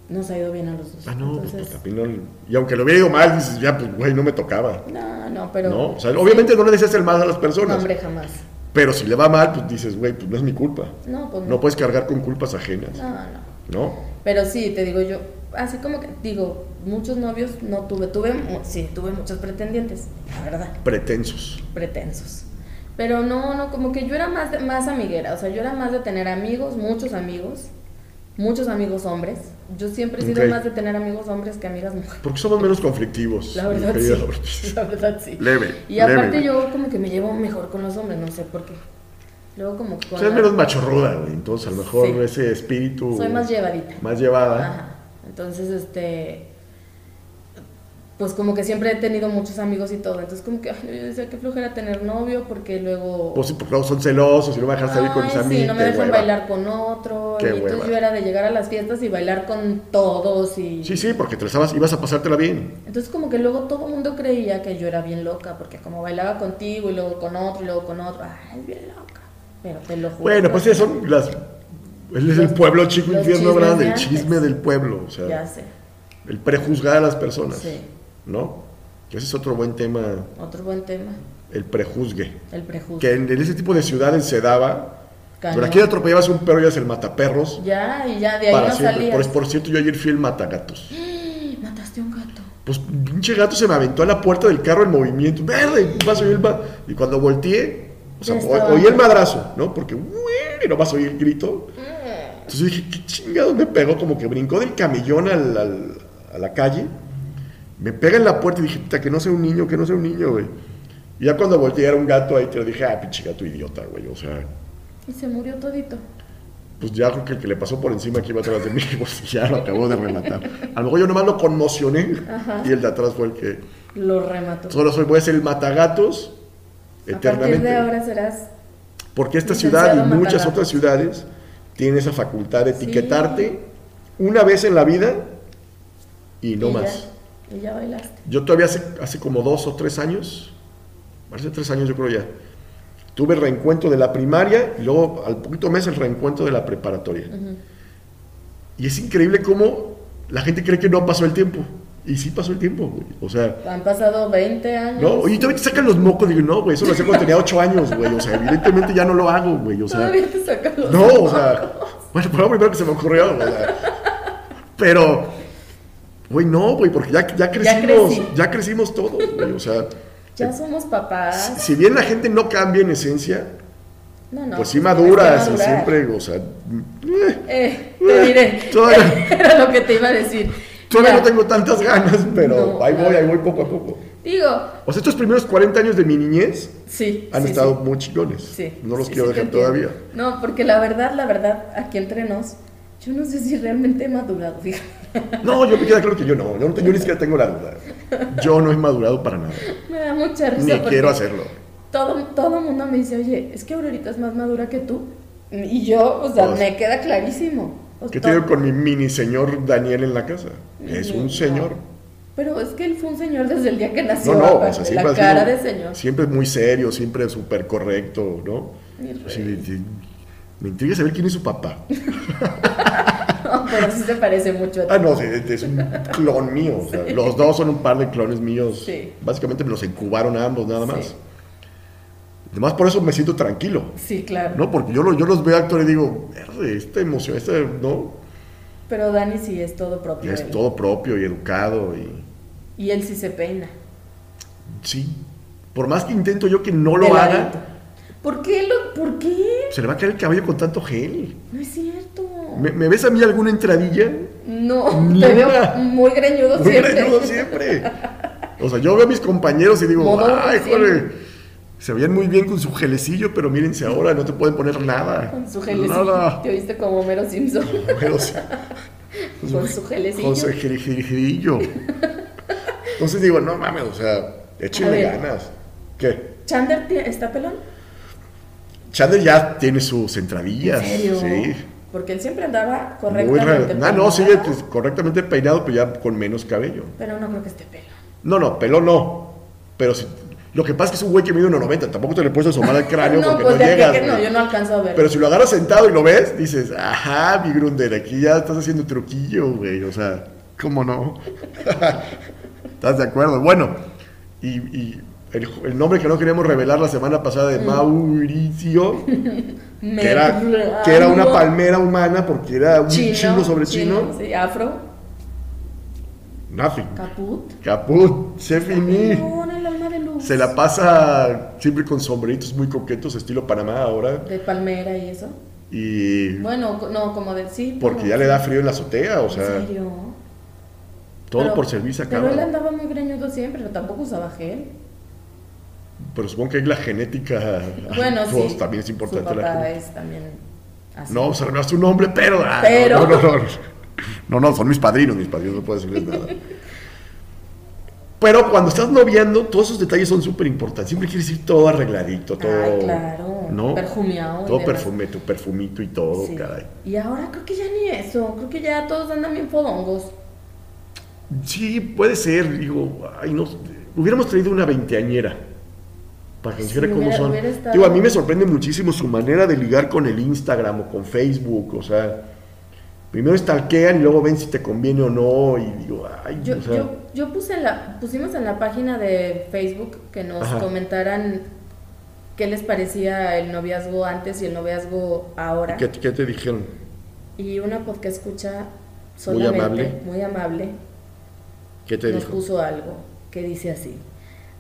[SPEAKER 1] nos ha ido bien a los dos.
[SPEAKER 2] Ah, no, pues,
[SPEAKER 1] Entonces,
[SPEAKER 2] pues, también no- Y aunque lo hubiera ido mal, dices, ya, pues, güey, no me tocaba.
[SPEAKER 1] no, no, pero.
[SPEAKER 2] no, o sea, obviamente no le deseas el mal a las
[SPEAKER 1] No,
[SPEAKER 2] personas.
[SPEAKER 1] hombre, jamás.
[SPEAKER 2] Pero si le va mal, pues dices, güey, pues no es mi culpa.
[SPEAKER 1] No, pues
[SPEAKER 2] No puedes cargar con culpas ajenas,
[SPEAKER 1] No, no.
[SPEAKER 2] ¿no?
[SPEAKER 1] Pero sí, te digo yo, así como que, digo, muchos novios no tuve. Tuve, mu- sí, tuve muchos pretendientes, la verdad.
[SPEAKER 2] Pretensos.
[SPEAKER 1] pretensos. Pero no, no, como que yo era más, de- más amiguera, o sea, yo era más de tener amigos, muchos amigos, muchos amigos hombres. Yo siempre he sido
[SPEAKER 2] Ok.
[SPEAKER 1] más de tener amigos hombres que amigas mujeres.
[SPEAKER 2] Porque somos menos conflictivos.
[SPEAKER 1] La
[SPEAKER 2] mi
[SPEAKER 1] verdad
[SPEAKER 2] querida Lourdes.
[SPEAKER 1] sí. La verdad sí.
[SPEAKER 2] Leve,
[SPEAKER 1] Y aparte
[SPEAKER 2] leve.
[SPEAKER 1] yo como que me llevo mejor con los hombres, no sé por qué. Luego como que
[SPEAKER 2] O
[SPEAKER 1] con
[SPEAKER 2] sea, es
[SPEAKER 1] la-
[SPEAKER 2] menos machorruda, güey. Entonces, a lo mejor
[SPEAKER 1] Sí.
[SPEAKER 2] ese espíritu.
[SPEAKER 1] soy más llevadita.
[SPEAKER 2] más llevada.
[SPEAKER 1] Ajá. Entonces, este. Pues como que siempre he tenido muchos amigos y todo. Entonces, como que ay, yo decía que flojera tener novio porque luego.
[SPEAKER 2] Pues sí, porque luego son celosos y no me dejan salir con
[SPEAKER 1] Ay,
[SPEAKER 2] mis
[SPEAKER 1] sí,
[SPEAKER 2] amigos.
[SPEAKER 1] no me
[SPEAKER 2] qué
[SPEAKER 1] dejan
[SPEAKER 2] hueva.
[SPEAKER 1] bailar con otro.
[SPEAKER 2] Qué
[SPEAKER 1] y entonces
[SPEAKER 2] hueva.
[SPEAKER 1] yo era de llegar a las fiestas y bailar con todos. Y...
[SPEAKER 2] Sí, sí, porque te estabas, ibas a pasártela bien.
[SPEAKER 1] Entonces como que luego todo el mundo creía que yo era bien loca, porque como bailaba contigo y luego con otro y luego con otro, ay, es bien loca. Pero te lo juro.
[SPEAKER 2] Bueno,
[SPEAKER 1] que-
[SPEAKER 2] pues sí, son las. Él es el
[SPEAKER 1] Los-
[SPEAKER 2] pueblo chico
[SPEAKER 1] los
[SPEAKER 2] infierno
[SPEAKER 1] chismes
[SPEAKER 2] grande,
[SPEAKER 1] de
[SPEAKER 2] el chisme
[SPEAKER 1] antes.
[SPEAKER 2] del pueblo, o sea,
[SPEAKER 1] Ya sé.
[SPEAKER 2] el prejuzgar a las personas,
[SPEAKER 1] Sí.
[SPEAKER 2] ¿no? Que Ese es otro buen tema,
[SPEAKER 1] Otro buen tema,
[SPEAKER 2] el prejuzgue,
[SPEAKER 1] el prejuicio.
[SPEAKER 2] que en, en ese tipo de ciudades se daba, pero
[SPEAKER 1] Cañón.
[SPEAKER 2] aquí atropellabas un perro y eras el mataperros
[SPEAKER 1] Ya, y ya, de ahí
[SPEAKER 2] para
[SPEAKER 1] no
[SPEAKER 2] siempre.
[SPEAKER 1] salías.
[SPEAKER 2] Por, por cierto, yo ayer fui el matagatos.
[SPEAKER 1] ¡Eh! Mataste a un gato.
[SPEAKER 2] Pues pinche gato se me aventó a la puerta del carro en movimiento. Verde, y, vas a oír el ma- y cuando volteé, o sea,
[SPEAKER 1] Ya
[SPEAKER 2] o-
[SPEAKER 1] estaba.
[SPEAKER 2] oí el madrazo, ¿no? Porque "Ué", y nomás oí el grito. Entonces dije, qué chingado me pegó, como que brincó del camellón al- al- a la calle. Me pega en la puerta y dije, puta, que no sea un niño, que no sea un niño, güey. Y ya cuando volteé era un gato ahí, te lo dije, ah, pinche gato idiota, güey. O sea,
[SPEAKER 1] Y se murió todito.
[SPEAKER 2] pues ya creo que el que le pasó por encima aquí iba atrás de mí, pues ya lo acabó de relatar. A lo mejor yo nomás lo conmocioné
[SPEAKER 1] Ajá.
[SPEAKER 2] y el de atrás fue el que...
[SPEAKER 1] Lo remató.
[SPEAKER 2] Solo soy, voy a ser el matagatos
[SPEAKER 1] A partir de
[SPEAKER 2] eternamente.
[SPEAKER 1] ahora serás
[SPEAKER 2] porque esta
[SPEAKER 1] Licenciado
[SPEAKER 2] ciudad y muchas
[SPEAKER 1] matagatos.
[SPEAKER 2] otras ciudades tienen esa facultad de
[SPEAKER 1] Sí.
[SPEAKER 2] etiquetarte una vez en la vida y no
[SPEAKER 1] y ya-
[SPEAKER 2] más.
[SPEAKER 1] y ya bailaste.
[SPEAKER 2] Yo todavía hace, hace como dos o tres años, hace tres años yo creo ya, tuve el reencuentro de la primaria y luego al poquito mes el reencuentro de la preparatoria.
[SPEAKER 1] Ujú.
[SPEAKER 2] Y es increíble cómo la gente cree que no pasó el tiempo. Y sí pasó el tiempo, güey. O sea,
[SPEAKER 1] Han pasado 20 años.
[SPEAKER 2] No, oye, todavía te sacan los mocos. Digo, no, güey, eso lo hacía cuando tenía 8 años, güey. O sea, evidentemente ya no lo hago, güey. O sea,
[SPEAKER 1] Todavía te sacan los
[SPEAKER 2] no, o
[SPEAKER 1] ojos.
[SPEAKER 2] sea, bueno, fue lo primero que se me ocurrió, güey. o sea, Pero, güey, no, güey, porque ya, ya crecimos,
[SPEAKER 1] crecí.
[SPEAKER 2] ya, crecimos todos, güey. O sea,
[SPEAKER 1] Ya somos
[SPEAKER 2] si-
[SPEAKER 1] papás.
[SPEAKER 2] si bien la gente no cambia en esencia,
[SPEAKER 1] No, no.
[SPEAKER 2] pues sí
[SPEAKER 1] tienes que
[SPEAKER 2] maduras y
[SPEAKER 1] madurar.
[SPEAKER 2] siempre, o sea, eh,
[SPEAKER 1] Eh, te diré.
[SPEAKER 2] Todavía-
[SPEAKER 1] Era lo que te iba a decir.
[SPEAKER 2] todavía
[SPEAKER 1] Mira,
[SPEAKER 2] no tengo tantas ganas, pero
[SPEAKER 1] No,
[SPEAKER 2] ahí voy,
[SPEAKER 1] claro.
[SPEAKER 2] ahí voy poco a poco.
[SPEAKER 1] Digo,
[SPEAKER 2] O sea, estos primeros 40 años de mi niñez
[SPEAKER 1] sí.
[SPEAKER 2] han
[SPEAKER 1] sí,
[SPEAKER 2] estado
[SPEAKER 1] sí,
[SPEAKER 2] muy chingones.
[SPEAKER 1] Sí,
[SPEAKER 2] no los
[SPEAKER 1] sí,
[SPEAKER 2] quiero
[SPEAKER 1] sí te
[SPEAKER 2] dejar
[SPEAKER 1] entiendo.
[SPEAKER 2] todavía.
[SPEAKER 1] No, porque la verdad, la verdad, aquí entre nos, yo no sé si realmente he madurado, fíjate.
[SPEAKER 2] No, yo me queda claro que yo no. Yo, no te- yo ni siquiera tengo la duda. Yo no he madurado para nada.
[SPEAKER 1] Me da mucha risa.
[SPEAKER 2] Ni
[SPEAKER 1] porque
[SPEAKER 2] quiero hacerlo.
[SPEAKER 1] Todo, todo mundo me dice, oye, es que Aurorita es más madura que tú. Y yo, o sea,
[SPEAKER 2] Pues,
[SPEAKER 1] me queda clarísimo. O
[SPEAKER 2] ¿Qué
[SPEAKER 1] to-
[SPEAKER 2] te digo con mi mini señor Daniel en la casa? Es
[SPEAKER 1] No.
[SPEAKER 2] un señor.
[SPEAKER 1] Pero es que él fue un señor desde el día que nació.
[SPEAKER 2] No, no, o
[SPEAKER 1] aparte,
[SPEAKER 2] sea,
[SPEAKER 1] la
[SPEAKER 2] siempre ha sido-
[SPEAKER 1] cara de señor.
[SPEAKER 2] Siempre muy serio, siempre súper correcto, ¿no?
[SPEAKER 1] Mi rey.
[SPEAKER 2] pues Sí, sí. me intriga saber quién es su papá.
[SPEAKER 1] No, pero sí se parece mucho a ti.
[SPEAKER 2] Ah, no, sí, es un clon mío. o sea, Los dos son un par de clones míos.
[SPEAKER 1] Sí.
[SPEAKER 2] Básicamente me los incubaron a ambos, nada más.
[SPEAKER 1] Sí.
[SPEAKER 2] Además, por eso me siento tranquilo.
[SPEAKER 1] Sí, claro.
[SPEAKER 2] No, porque yo, lo- yo los veo actuar y digo, "Verde, esta emoción, esta, ¿no?
[SPEAKER 1] Pero Dani sí es todo propio.
[SPEAKER 2] Ya
[SPEAKER 1] él.
[SPEAKER 2] es todo propio y educado y...
[SPEAKER 1] Y él sí se peina.
[SPEAKER 2] Sí. Por más que intento yo que no lo
[SPEAKER 1] De
[SPEAKER 2] haga,
[SPEAKER 1] ladito. ¿Por qué lo.? ¿Por qué?
[SPEAKER 2] se le va a caer el cabello con tanto gel.
[SPEAKER 1] No es cierto.
[SPEAKER 2] ¿Me, me ves a mí alguna entradilla?
[SPEAKER 1] No,
[SPEAKER 2] Ni
[SPEAKER 1] te
[SPEAKER 2] una.
[SPEAKER 1] veo muy greñudo
[SPEAKER 2] Muy
[SPEAKER 1] siempre.
[SPEAKER 2] greñudo siempre. O sea, yo veo a mis compañeros y digo,
[SPEAKER 1] Modo
[SPEAKER 2] ay,
[SPEAKER 1] siempre".
[SPEAKER 2] joder, se veían muy bien con su gelecillo, pero mírense ahora, no te pueden poner nada.
[SPEAKER 1] Con su gelecillo.
[SPEAKER 2] Nada.
[SPEAKER 1] Te oíste como Homero Simpson.
[SPEAKER 2] Pero, o sea,
[SPEAKER 1] Con su gelecillo.
[SPEAKER 2] Con su gel- gel- gelillo. Entonces digo, no mames, o sea,
[SPEAKER 1] A
[SPEAKER 2] échenle
[SPEAKER 1] ver.
[SPEAKER 2] ganas. ¿Qué?
[SPEAKER 1] ¿Chander tie- está pelón?
[SPEAKER 2] Chandler ya tiene sus entradillas.
[SPEAKER 1] ¿En serio?
[SPEAKER 2] Sí.
[SPEAKER 1] Porque él siempre andaba
[SPEAKER 2] Muy raro.
[SPEAKER 1] correctamente.
[SPEAKER 2] Ah, no,
[SPEAKER 1] peinado,
[SPEAKER 2] sigue pues, correctamente peinado, pero ya con menos cabello.
[SPEAKER 1] Pero no creo que esté pelo.
[SPEAKER 2] No, no, pelo no. Pero si, lo que pasa es que es un güey que mide 1,90. Tampoco te le puedes asomar al cráneo
[SPEAKER 1] no,
[SPEAKER 2] porque
[SPEAKER 1] pues
[SPEAKER 2] no
[SPEAKER 1] de aquí a
[SPEAKER 2] llegas.
[SPEAKER 1] que no,
[SPEAKER 2] güey.
[SPEAKER 1] yo no alcanzo a ver.
[SPEAKER 2] Pero si lo agarras sentado y lo ves, dices, ajá, mi Grunder, aquí ya estás haciendo truquillo, güey. O sea, ¿cómo no? ¿Estás de acuerdo? Bueno, y, y el, el nombre que no queríamos revelar la semana pasada
[SPEAKER 1] Mm.
[SPEAKER 2] de Mauricio,
[SPEAKER 1] Me
[SPEAKER 2] que era,
[SPEAKER 1] ra-
[SPEAKER 2] que era una
[SPEAKER 1] algo
[SPEAKER 2] palmera humana porque era un chingo sobre chino.
[SPEAKER 1] Sí, afro,
[SPEAKER 2] Nothing.
[SPEAKER 1] caput.
[SPEAKER 2] Caput, se finí.
[SPEAKER 1] Con el alma de luz.
[SPEAKER 2] Se la pasa siempre con sombreritos muy coquetos, estilo Panamá ahora.
[SPEAKER 1] De palmera y eso.
[SPEAKER 2] Y
[SPEAKER 1] Bueno, co- no, como de sí.
[SPEAKER 2] porque
[SPEAKER 1] como-
[SPEAKER 2] ya le da frío en la azotea, o sea,
[SPEAKER 1] ¿En serio?
[SPEAKER 2] todo
[SPEAKER 1] Pero-
[SPEAKER 2] por servicio
[SPEAKER 1] Pero él
[SPEAKER 2] acaba.
[SPEAKER 1] andaba muy greñudo siempre, pero tampoco usaba gel.
[SPEAKER 2] Pero supongo que es la genética.
[SPEAKER 1] Bueno, sí.
[SPEAKER 2] Pues, También es importante
[SPEAKER 1] Su
[SPEAKER 2] la
[SPEAKER 1] papá
[SPEAKER 2] genética.
[SPEAKER 1] es también así.
[SPEAKER 2] No, se revelaste un nombre, pero. ah,
[SPEAKER 1] Pero.
[SPEAKER 2] No, no, no, no. No, no, son mis padrinos, mis padrinos, no puedo decirles nada. Pero cuando estás noviando, todos esos detalles son súper importantes. Siempre quieres ir todo arregladito, todo.
[SPEAKER 1] Ay, claro.
[SPEAKER 2] ¿no?
[SPEAKER 1] Perfumeado. y
[SPEAKER 2] Todo
[SPEAKER 1] demás.
[SPEAKER 2] perfume, tu perfumito y todo,
[SPEAKER 1] Ah, Sí.
[SPEAKER 2] caray.
[SPEAKER 1] Y ahora creo que ya ni eso. Creo que ya todos andan bien fodongos.
[SPEAKER 2] Sí, puede ser, digo, ay, no, hubiéramos traído una veinteañera para que nos
[SPEAKER 1] Sí,
[SPEAKER 2] dijera cómo
[SPEAKER 1] hubiera-
[SPEAKER 2] son.
[SPEAKER 1] hubiera estado-
[SPEAKER 2] Digo, a mí me sorprende muchísimo su manera de ligar con el Instagram o con Facebook, o sea, primero stalkean y luego ven si te conviene o no y digo, ay,
[SPEAKER 1] Yo,
[SPEAKER 2] o sea,
[SPEAKER 1] yo, yo puse en la, pusimos en la página de Facebook que nos
[SPEAKER 2] Ajá.
[SPEAKER 1] comentaran qué les parecía el noviazgo antes y el noviazgo ahora.
[SPEAKER 2] ¿qué, qué te dijeron?
[SPEAKER 1] Y una podcast que escucha
[SPEAKER 2] Muy
[SPEAKER 1] solamente, muy
[SPEAKER 2] amable.
[SPEAKER 1] amable,
[SPEAKER 2] ¿Qué te
[SPEAKER 1] nos
[SPEAKER 2] dijo?
[SPEAKER 1] puso algo que dice así.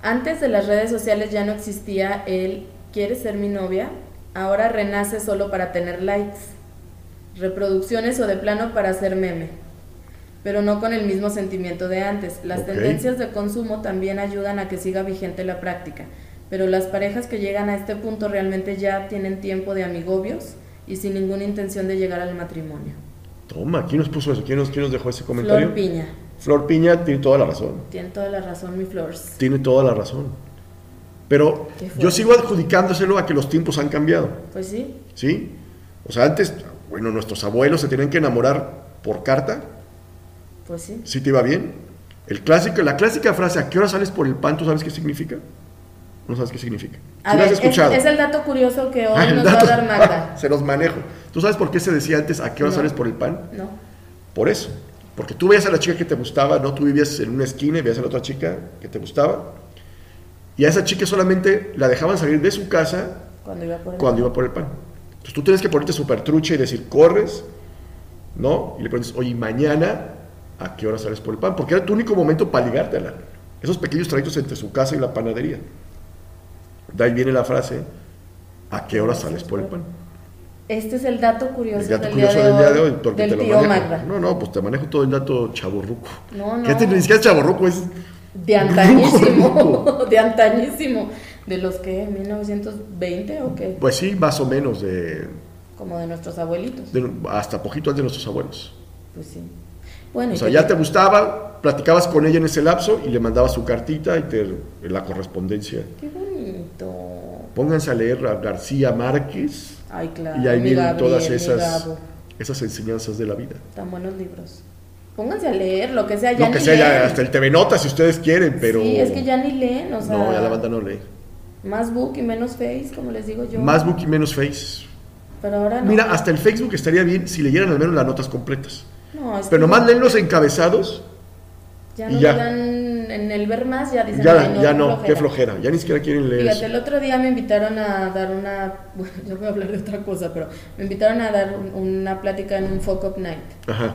[SPEAKER 1] Antes de las redes sociales ya no existía el ¿quieres ser mi novia? Ahora renace solo para tener likes, reproducciones o de plano para hacer meme, pero no con el mismo sentimiento de antes. Las
[SPEAKER 2] Ok.
[SPEAKER 1] tendencias de consumo también ayudan a que siga vigente la práctica, pero las parejas que llegan a este punto realmente ya tienen tiempo de amigobios y sin ninguna intención de llegar al matrimonio.
[SPEAKER 2] Toma, ¿quién nos puso eso? ¿Quién nos, quién nos dejó ese comentario?
[SPEAKER 1] Flor Piña,
[SPEAKER 2] Flor Piña tiene toda la razón,
[SPEAKER 1] tiene toda la razón mi Flores.
[SPEAKER 2] tiene toda la razón. Pero
[SPEAKER 1] Qué
[SPEAKER 2] yo
[SPEAKER 1] fuerte.
[SPEAKER 2] sigo adjudicándoselo a que los tiempos han cambiado.
[SPEAKER 1] Pues sí,
[SPEAKER 2] ¿sí? O sea, antes, bueno, nuestros abuelos se tenían que enamorar por carta,
[SPEAKER 1] pues sí.
[SPEAKER 2] si te iba bien. El clásico, la clásica frase, ¿a qué hora sales por el pan? ¿Tú sabes qué significa? No sabes qué significa.
[SPEAKER 1] A
[SPEAKER 2] ¿Sí lo
[SPEAKER 1] ver,
[SPEAKER 2] has
[SPEAKER 1] es,
[SPEAKER 2] escuchado?
[SPEAKER 1] es el dato curioso que hoy
[SPEAKER 2] Ah, el
[SPEAKER 1] nos
[SPEAKER 2] dato.
[SPEAKER 1] va a dar Magda.
[SPEAKER 2] se los manejo. ¿Tú sabes por qué se decía antes, ¿a qué hora
[SPEAKER 1] No.
[SPEAKER 2] sales por el pan?
[SPEAKER 1] No,
[SPEAKER 2] Por eso. Porque tú veías a la chica que te gustaba, ¿no? Tú vivías en una esquina y veías a la otra chica que te gustaba. Y a esa chica solamente la dejaban salir de su casa
[SPEAKER 1] cuando iba por el...
[SPEAKER 2] cuando iba por el pan. Entonces tú tienes que ponerte súper trucha y decir, corres, ¿no? Y le preguntas, oye, ¿y mañana, ¿a qué hora sales por el pan? Porque era tu único momento para ligártela. Esos pequeños trayectos entre su casa y la panadería. De ahí viene la frase, ¿a qué hora sales por el pan?
[SPEAKER 1] Este es el dato curioso,
[SPEAKER 2] El dato
[SPEAKER 1] del,
[SPEAKER 2] curioso
[SPEAKER 1] día
[SPEAKER 2] del día de hoy, porque
[SPEAKER 1] del
[SPEAKER 2] te lo
[SPEAKER 1] tío
[SPEAKER 2] manejo.
[SPEAKER 1] Magda.
[SPEAKER 2] No, no, pues te manejo todo el dato chaborruco.
[SPEAKER 1] No, no.
[SPEAKER 2] Que este ni siquiera es chaborruco, es
[SPEAKER 1] De antañísimo,
[SPEAKER 2] Ruco.
[SPEAKER 1] de antañísimo. ¿De los que? ¿1920 o qué?
[SPEAKER 2] pues sí, más o menos, de,
[SPEAKER 1] Como de nuestros abuelitos.
[SPEAKER 2] de- hasta poquito antes de nuestros abuelos.
[SPEAKER 1] Pues sí. Bueno,
[SPEAKER 2] O
[SPEAKER 1] y
[SPEAKER 2] sea,
[SPEAKER 1] que-
[SPEAKER 2] ya te gustaba, platicabas con ella en ese lapso y le mandabas su cartita y te la correspondencia.
[SPEAKER 1] Qué bonito.
[SPEAKER 2] Pónganse a leer a García Márquez
[SPEAKER 1] Ay, claro.
[SPEAKER 2] y ahí
[SPEAKER 1] mi
[SPEAKER 2] vienen
[SPEAKER 1] Gabriel,
[SPEAKER 2] todas
[SPEAKER 1] mi
[SPEAKER 2] esas,
[SPEAKER 1] Gabo.
[SPEAKER 2] esas enseñanzas de la vida.
[SPEAKER 1] Tan buenos libros. Pónganse a leer, lo que sea. Ya
[SPEAKER 2] Lo que
[SPEAKER 1] ni
[SPEAKER 2] sea, ya
[SPEAKER 1] leen.
[SPEAKER 2] hasta el TV Nota si ustedes quieren, pero...
[SPEAKER 1] Sí, es que ya ni leen, o sea...
[SPEAKER 2] no, ya la banda no lee.
[SPEAKER 1] Más book y menos face, como les digo yo.
[SPEAKER 2] Más book y menos face.
[SPEAKER 1] Pero ahora no.
[SPEAKER 2] Mira, hasta el Facebook estaría bien si leyeran al menos las notas completas.
[SPEAKER 1] No, es que
[SPEAKER 2] Pero nomás leen los encabezados,
[SPEAKER 1] Ya
[SPEAKER 2] y
[SPEAKER 1] no
[SPEAKER 2] ya.
[SPEAKER 1] le dan en el ver más, ya dicen. "Ay,
[SPEAKER 2] ya ya
[SPEAKER 1] qué
[SPEAKER 2] no, qué flojera. Ya ni siquiera quieren leer
[SPEAKER 1] Fíjate,
[SPEAKER 2] eso.
[SPEAKER 1] el otro día me invitaron a dar una. Bueno, yo voy a hablar de otra cosa, pero me invitaron a dar un- una plática en un Fuck Up Night.
[SPEAKER 2] Ajá.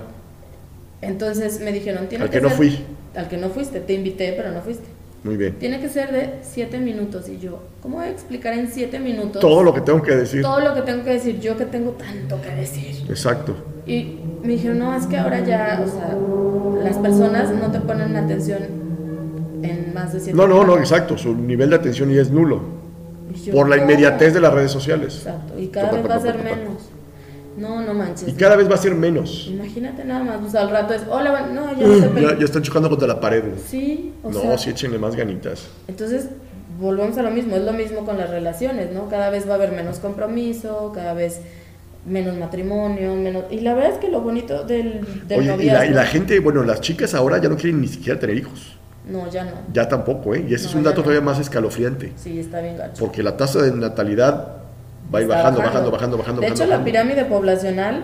[SPEAKER 1] Entonces me dijeron, tiene
[SPEAKER 2] Al que no
[SPEAKER 1] ser-
[SPEAKER 2] fui.
[SPEAKER 1] Al que no fuiste, te invité, pero no fuiste.
[SPEAKER 2] Muy bien.
[SPEAKER 1] Tiene que ser de 7 minutos. Y yo, ¿cómo voy a explicar en 7 minutos
[SPEAKER 2] Todo lo que tengo que decir.
[SPEAKER 1] todo lo que tengo que decir? Yo que tengo tanto que decir.
[SPEAKER 2] Exacto.
[SPEAKER 1] Y me dijeron, no, es que ahora ya, o sea, las personas no te ponen atención en más de siete
[SPEAKER 2] No, no, no,
[SPEAKER 1] minutos".
[SPEAKER 2] exacto. Su nivel de atención ya es nulo.
[SPEAKER 1] Y yo,
[SPEAKER 2] Por la
[SPEAKER 1] "No".
[SPEAKER 2] inmediatez de las redes sociales.
[SPEAKER 1] Exacto, y cada
[SPEAKER 2] Toca,
[SPEAKER 1] vez
[SPEAKER 2] toca,
[SPEAKER 1] va a ser
[SPEAKER 2] toca, toca.
[SPEAKER 1] menos. No, no manches.
[SPEAKER 2] Y cada vez va a ser menos.
[SPEAKER 1] Imagínate nada más, o sea, al rato es, hola, bueno, no, ya no se
[SPEAKER 2] Mm, Ya, ya están chocando contra la pared.
[SPEAKER 1] Sí, o
[SPEAKER 2] No,
[SPEAKER 1] sea,
[SPEAKER 2] sí, échenle más ganitas.
[SPEAKER 1] entonces volvemos a lo mismo, es lo mismo con las relaciones, ¿no? Cada vez va a haber menos compromiso, cada vez menos matrimonio, menos... Y la verdad es que lo bonito del, del
[SPEAKER 2] Oye, y la,
[SPEAKER 1] noviazgo-
[SPEAKER 2] y la gente, bueno, las chicas ahora ya no quieren ni siquiera tener hijos.
[SPEAKER 1] No, ya no.
[SPEAKER 2] Ya tampoco, ¿eh? Y ese es
[SPEAKER 1] No,
[SPEAKER 2] un
[SPEAKER 1] ya
[SPEAKER 2] dato
[SPEAKER 1] no.
[SPEAKER 2] todavía más escalofriante.
[SPEAKER 1] Sí, está bien gacho.
[SPEAKER 2] Porque la tasa de natalidad va a ir
[SPEAKER 1] Está
[SPEAKER 2] bajando, bajando, bajando, bajando, bajando.
[SPEAKER 1] De hecho, la
[SPEAKER 2] bajando.
[SPEAKER 1] pirámide poblacional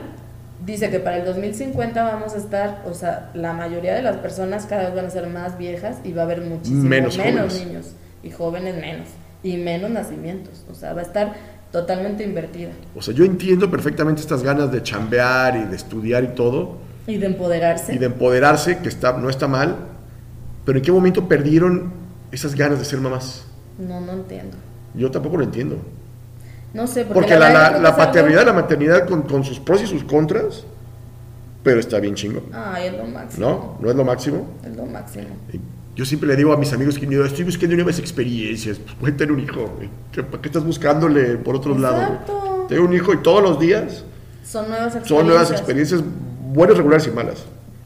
[SPEAKER 1] dice que para el 2050 vamos a estar, o sea, la mayoría de las personas cada vez van a ser más viejas y va a haber muchísimo
[SPEAKER 2] Menos
[SPEAKER 1] menos,
[SPEAKER 2] jóvenes.
[SPEAKER 1] niños y jóvenes menos y menos nacimientos. O sea, va a estar totalmente invertida
[SPEAKER 2] O sea, yo entiendo perfectamente estas ganas de chambear y de estudiar y todo,
[SPEAKER 1] y de empoderarse.
[SPEAKER 2] y de empoderarse, que está, no está mal, pero ¿en qué momento perdieron esas ganas de ser mamás?
[SPEAKER 1] No, no entiendo.
[SPEAKER 2] Yo tampoco lo entiendo.
[SPEAKER 1] No sé, porque,
[SPEAKER 2] Porque la,
[SPEAKER 1] verdad
[SPEAKER 2] la-
[SPEAKER 1] creo que
[SPEAKER 2] la
[SPEAKER 1] es algo-
[SPEAKER 2] paternidad, la maternidad con, con sus pros y sus contras, pero está bien chingo,
[SPEAKER 1] Ay, es lo máximo.
[SPEAKER 2] ¿no? ¿No es lo máximo?
[SPEAKER 1] Es lo máximo.
[SPEAKER 2] Eh, Yo siempre le digo a mis amigos que yo estoy buscando nuevas experiencias, pues puede tener un hijo, güey. ¿Qué- ¿para qué estás buscándole por otros lados?
[SPEAKER 1] Exacto.
[SPEAKER 2] Tengo un hijo y todos los días
[SPEAKER 1] Son nuevas experiencias.
[SPEAKER 2] son nuevas experiencias, buenas, regulares y malas.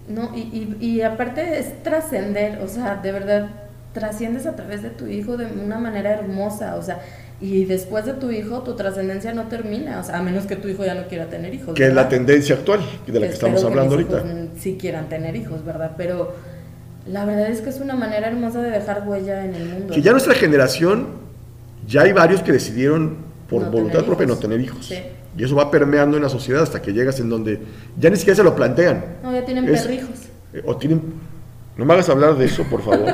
[SPEAKER 1] No, y, y, y aparte es trascender, o sea, de verdad, trasciendes a través de tu hijo de una manera hermosa, o sea, y después de tu hijo tu trascendencia no termina, o sea, a menos que tu hijo ya no quiera tener hijos.
[SPEAKER 2] que es la
[SPEAKER 1] ¿verdad?
[SPEAKER 2] tendencia actual de la
[SPEAKER 1] Espero
[SPEAKER 2] que estamos hablando
[SPEAKER 1] mis
[SPEAKER 2] ahorita.
[SPEAKER 1] hijos, mm, sí quieran tener hijos, ¿verdad? Pero la verdad es que es una manera hermosa de dejar huella en el mundo.
[SPEAKER 2] Que ya nuestra generación, ya hay varios que decidieron por
[SPEAKER 1] No
[SPEAKER 2] voluntad
[SPEAKER 1] tener
[SPEAKER 2] propia
[SPEAKER 1] hijos.
[SPEAKER 2] no tener hijos.
[SPEAKER 1] Sí.
[SPEAKER 2] Y eso va permeando en la sociedad hasta que llegas en donde ya ni siquiera se lo plantean.
[SPEAKER 1] No, ya tienen
[SPEAKER 2] es-
[SPEAKER 1] perrijos.
[SPEAKER 2] Eh, O tienen... No me hagas hablar de eso, por favor.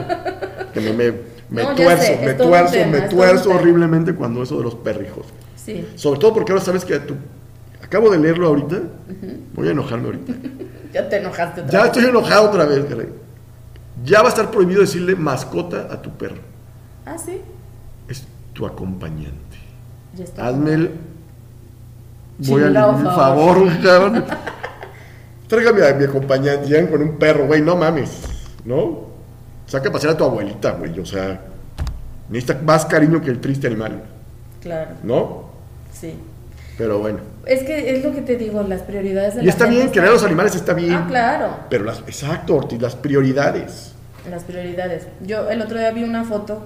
[SPEAKER 2] que me, me, me
[SPEAKER 1] No, ya
[SPEAKER 2] tuerzo,
[SPEAKER 1] sé, es
[SPEAKER 2] me
[SPEAKER 1] todo un
[SPEAKER 2] tuerzo,
[SPEAKER 1] tema,
[SPEAKER 2] me
[SPEAKER 1] es todo un
[SPEAKER 2] tuerzo
[SPEAKER 1] tema.
[SPEAKER 2] horriblemente cuando eso de los perrijos.
[SPEAKER 1] Sí.
[SPEAKER 2] Sobre todo porque ahora sabes que tú... Acabo de leerlo ahorita. Voy a enojarme ahorita.
[SPEAKER 1] Ya te enojaste otra
[SPEAKER 2] Ya
[SPEAKER 1] vez.
[SPEAKER 2] estoy enojado otra vez, caray. Ya va a estar prohibido decirle mascota a tu perro.
[SPEAKER 1] Ah, sí.
[SPEAKER 2] Es tu acompañante.
[SPEAKER 1] Ya está.
[SPEAKER 2] Hazme el. Voy al
[SPEAKER 1] Chingado favor.
[SPEAKER 2] favor, cabrón. Tráigame a mi acompañante, llegan con un perro, güey, no mames, ¿no? Saca a pasear a tu abuelita, güey, o sea, necesita más cariño que el triste animal,
[SPEAKER 1] Claro,
[SPEAKER 2] ¿no?
[SPEAKER 1] sí.
[SPEAKER 2] Pero bueno.
[SPEAKER 1] Es que es lo que te digo, las prioridades de
[SPEAKER 2] Y
[SPEAKER 1] la
[SPEAKER 2] está
[SPEAKER 1] gente
[SPEAKER 2] bien,
[SPEAKER 1] están-
[SPEAKER 2] querer a los animales está bien.
[SPEAKER 1] Ah, claro.
[SPEAKER 2] Pero las, exacto, Ortiz, las prioridades.
[SPEAKER 1] Las prioridades. Yo el otro día vi una foto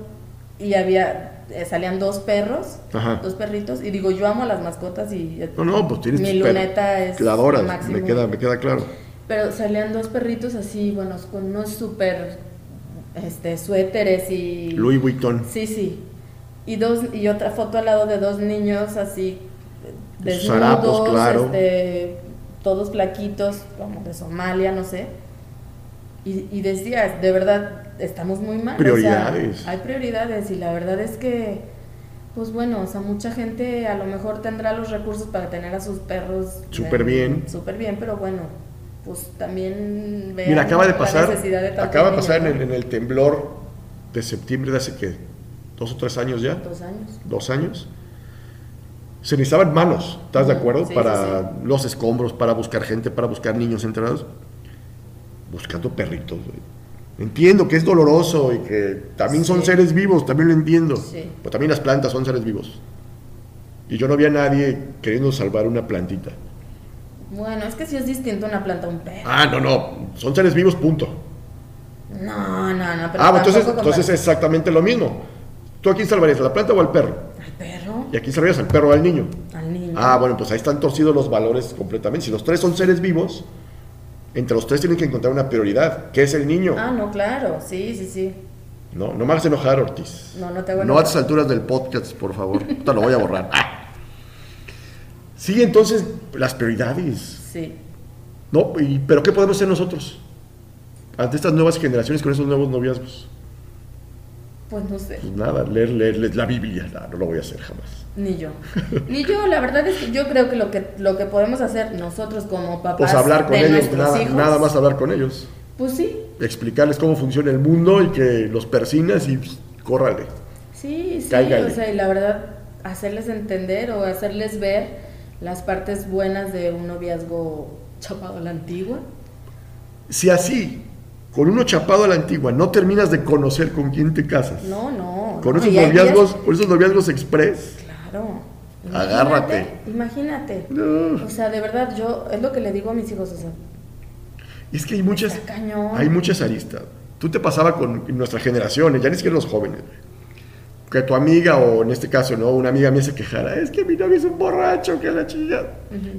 [SPEAKER 1] y había eh, salían dos perros,
[SPEAKER 2] Ajá.
[SPEAKER 1] dos perritos y digo, yo amo a las mascotas y eh,
[SPEAKER 2] No, no, pues tienes
[SPEAKER 1] Pues, Mi
[SPEAKER 2] tus per-
[SPEAKER 1] luneta es
[SPEAKER 2] La adoras, me
[SPEAKER 1] máximo.
[SPEAKER 2] queda, me queda claro.
[SPEAKER 1] pero salían dos perritos así, bueno, con unos súper este suéteres y
[SPEAKER 2] Louis Vuitton.
[SPEAKER 1] Sí, sí. Y dos y otra foto al lado de dos niños así eh,
[SPEAKER 2] Sus harapos,
[SPEAKER 1] desnudos,
[SPEAKER 2] claro.
[SPEAKER 1] este, todos flaquitos, como de Somalia, no sé. Y, y decías, de verdad, estamos muy mal. o sea,
[SPEAKER 2] Prioridades.
[SPEAKER 1] hay prioridades y la verdad es que, pues bueno, o sea, mucha gente a lo mejor tendrá los recursos para tener a sus perros.
[SPEAKER 2] Súper
[SPEAKER 1] eh,
[SPEAKER 2] bien.
[SPEAKER 1] Súper bien, pero bueno, pues también vean
[SPEAKER 2] Mira, acaba de
[SPEAKER 1] la
[SPEAKER 2] pasar,
[SPEAKER 1] necesidad de tantos
[SPEAKER 2] acaba de
[SPEAKER 1] niños,
[SPEAKER 2] pasar en el,
[SPEAKER 1] ¿no?
[SPEAKER 2] en el temblor de septiembre de hace que dos o tres años ya,
[SPEAKER 1] Dos años.
[SPEAKER 2] dos años. Se necesitaban manos, ¿estás de
[SPEAKER 1] Ujú,
[SPEAKER 2] acuerdo?
[SPEAKER 1] sí,
[SPEAKER 2] para
[SPEAKER 1] sí,
[SPEAKER 2] los escombros, para buscar gente, para buscar niños enterrados, buscando perritos. güey. Entiendo que es doloroso y que también son
[SPEAKER 1] Sí.
[SPEAKER 2] seres vivos, también lo entiendo.
[SPEAKER 1] Sí.
[SPEAKER 2] Pero también las plantas son seres vivos. Y yo no vi a nadie queriendo salvar una plantita.
[SPEAKER 1] Bueno, es que sí es distinto una planta a un perro.
[SPEAKER 2] Ah, no, no, son seres vivos, punto.
[SPEAKER 1] No, no, no, pero
[SPEAKER 2] Ah, bueno, entonces,
[SPEAKER 1] tampoco
[SPEAKER 2] entonces es exactamente lo mismo. ¿Tú a quién salvarías? ¿A la planta o al perro?
[SPEAKER 1] compar- Al perro,
[SPEAKER 2] ¿Y a quién salvarías? ¿Al perro o al niño?
[SPEAKER 1] al niño.
[SPEAKER 2] Ah, bueno, pues ahí están torcidos los valores completamente. Si los tres son seres vivos, entre los tres tienen que encontrar una prioridad, que es el niño.
[SPEAKER 1] Ah, no, claro, sí, sí, sí.
[SPEAKER 2] No, no me hagas enojar, Ortiz.
[SPEAKER 1] No, no te voy a
[SPEAKER 2] No a
[SPEAKER 1] enojar.
[SPEAKER 2] estas alturas del podcast, por favor. Te lo voy a borrar. Ah. Sí, entonces, las prioridades.
[SPEAKER 1] Sí.
[SPEAKER 2] No, y- pero ¿qué podemos hacer nosotros? Ante estas nuevas generaciones con esos nuevos noviazgos.
[SPEAKER 1] Pues no sé.
[SPEAKER 2] Pues nada, leer, leer, leer la Biblia. No, no lo voy a hacer jamás.
[SPEAKER 1] Ni yo. Ni yo, la verdad es que yo creo que lo que, lo que podemos hacer nosotros como papás
[SPEAKER 2] Pues hablar con
[SPEAKER 1] de
[SPEAKER 2] ellos,
[SPEAKER 1] nuestros
[SPEAKER 2] nada,
[SPEAKER 1] hijos.
[SPEAKER 2] nada más hablar con ellos.
[SPEAKER 1] Pues sí,
[SPEAKER 2] Explicarles cómo funciona el mundo y que los persinas y pues, córrale.
[SPEAKER 1] Sí, sí, o
[SPEAKER 2] Cáigale.
[SPEAKER 1] sea, y la verdad, hacerles entender o hacerles ver las partes buenas de un noviazgo chapado a la antigua.
[SPEAKER 2] Si así, con uno chapado a la antigua, no terminas de conocer con quién te casas,
[SPEAKER 1] No, no.
[SPEAKER 2] con
[SPEAKER 1] no,
[SPEAKER 2] esos
[SPEAKER 1] y hay días-
[SPEAKER 2] noviazgos, con esos noviazgos express,
[SPEAKER 1] Claro. Imagínate,
[SPEAKER 2] Agárrate.
[SPEAKER 1] Imagínate.
[SPEAKER 2] no.
[SPEAKER 1] O sea, de verdad, yo es lo que le digo a mis hijos, o sea,
[SPEAKER 2] es que hay muchas,
[SPEAKER 1] Está cañón.
[SPEAKER 2] hay muchas aristas. Tú te pasaba con nuestra generación, ya ni siquiera los jóvenes. que tu amiga, o en este caso, ¿no? Una amiga mía se quejara, es que mi novio es un borracho, que la chingada.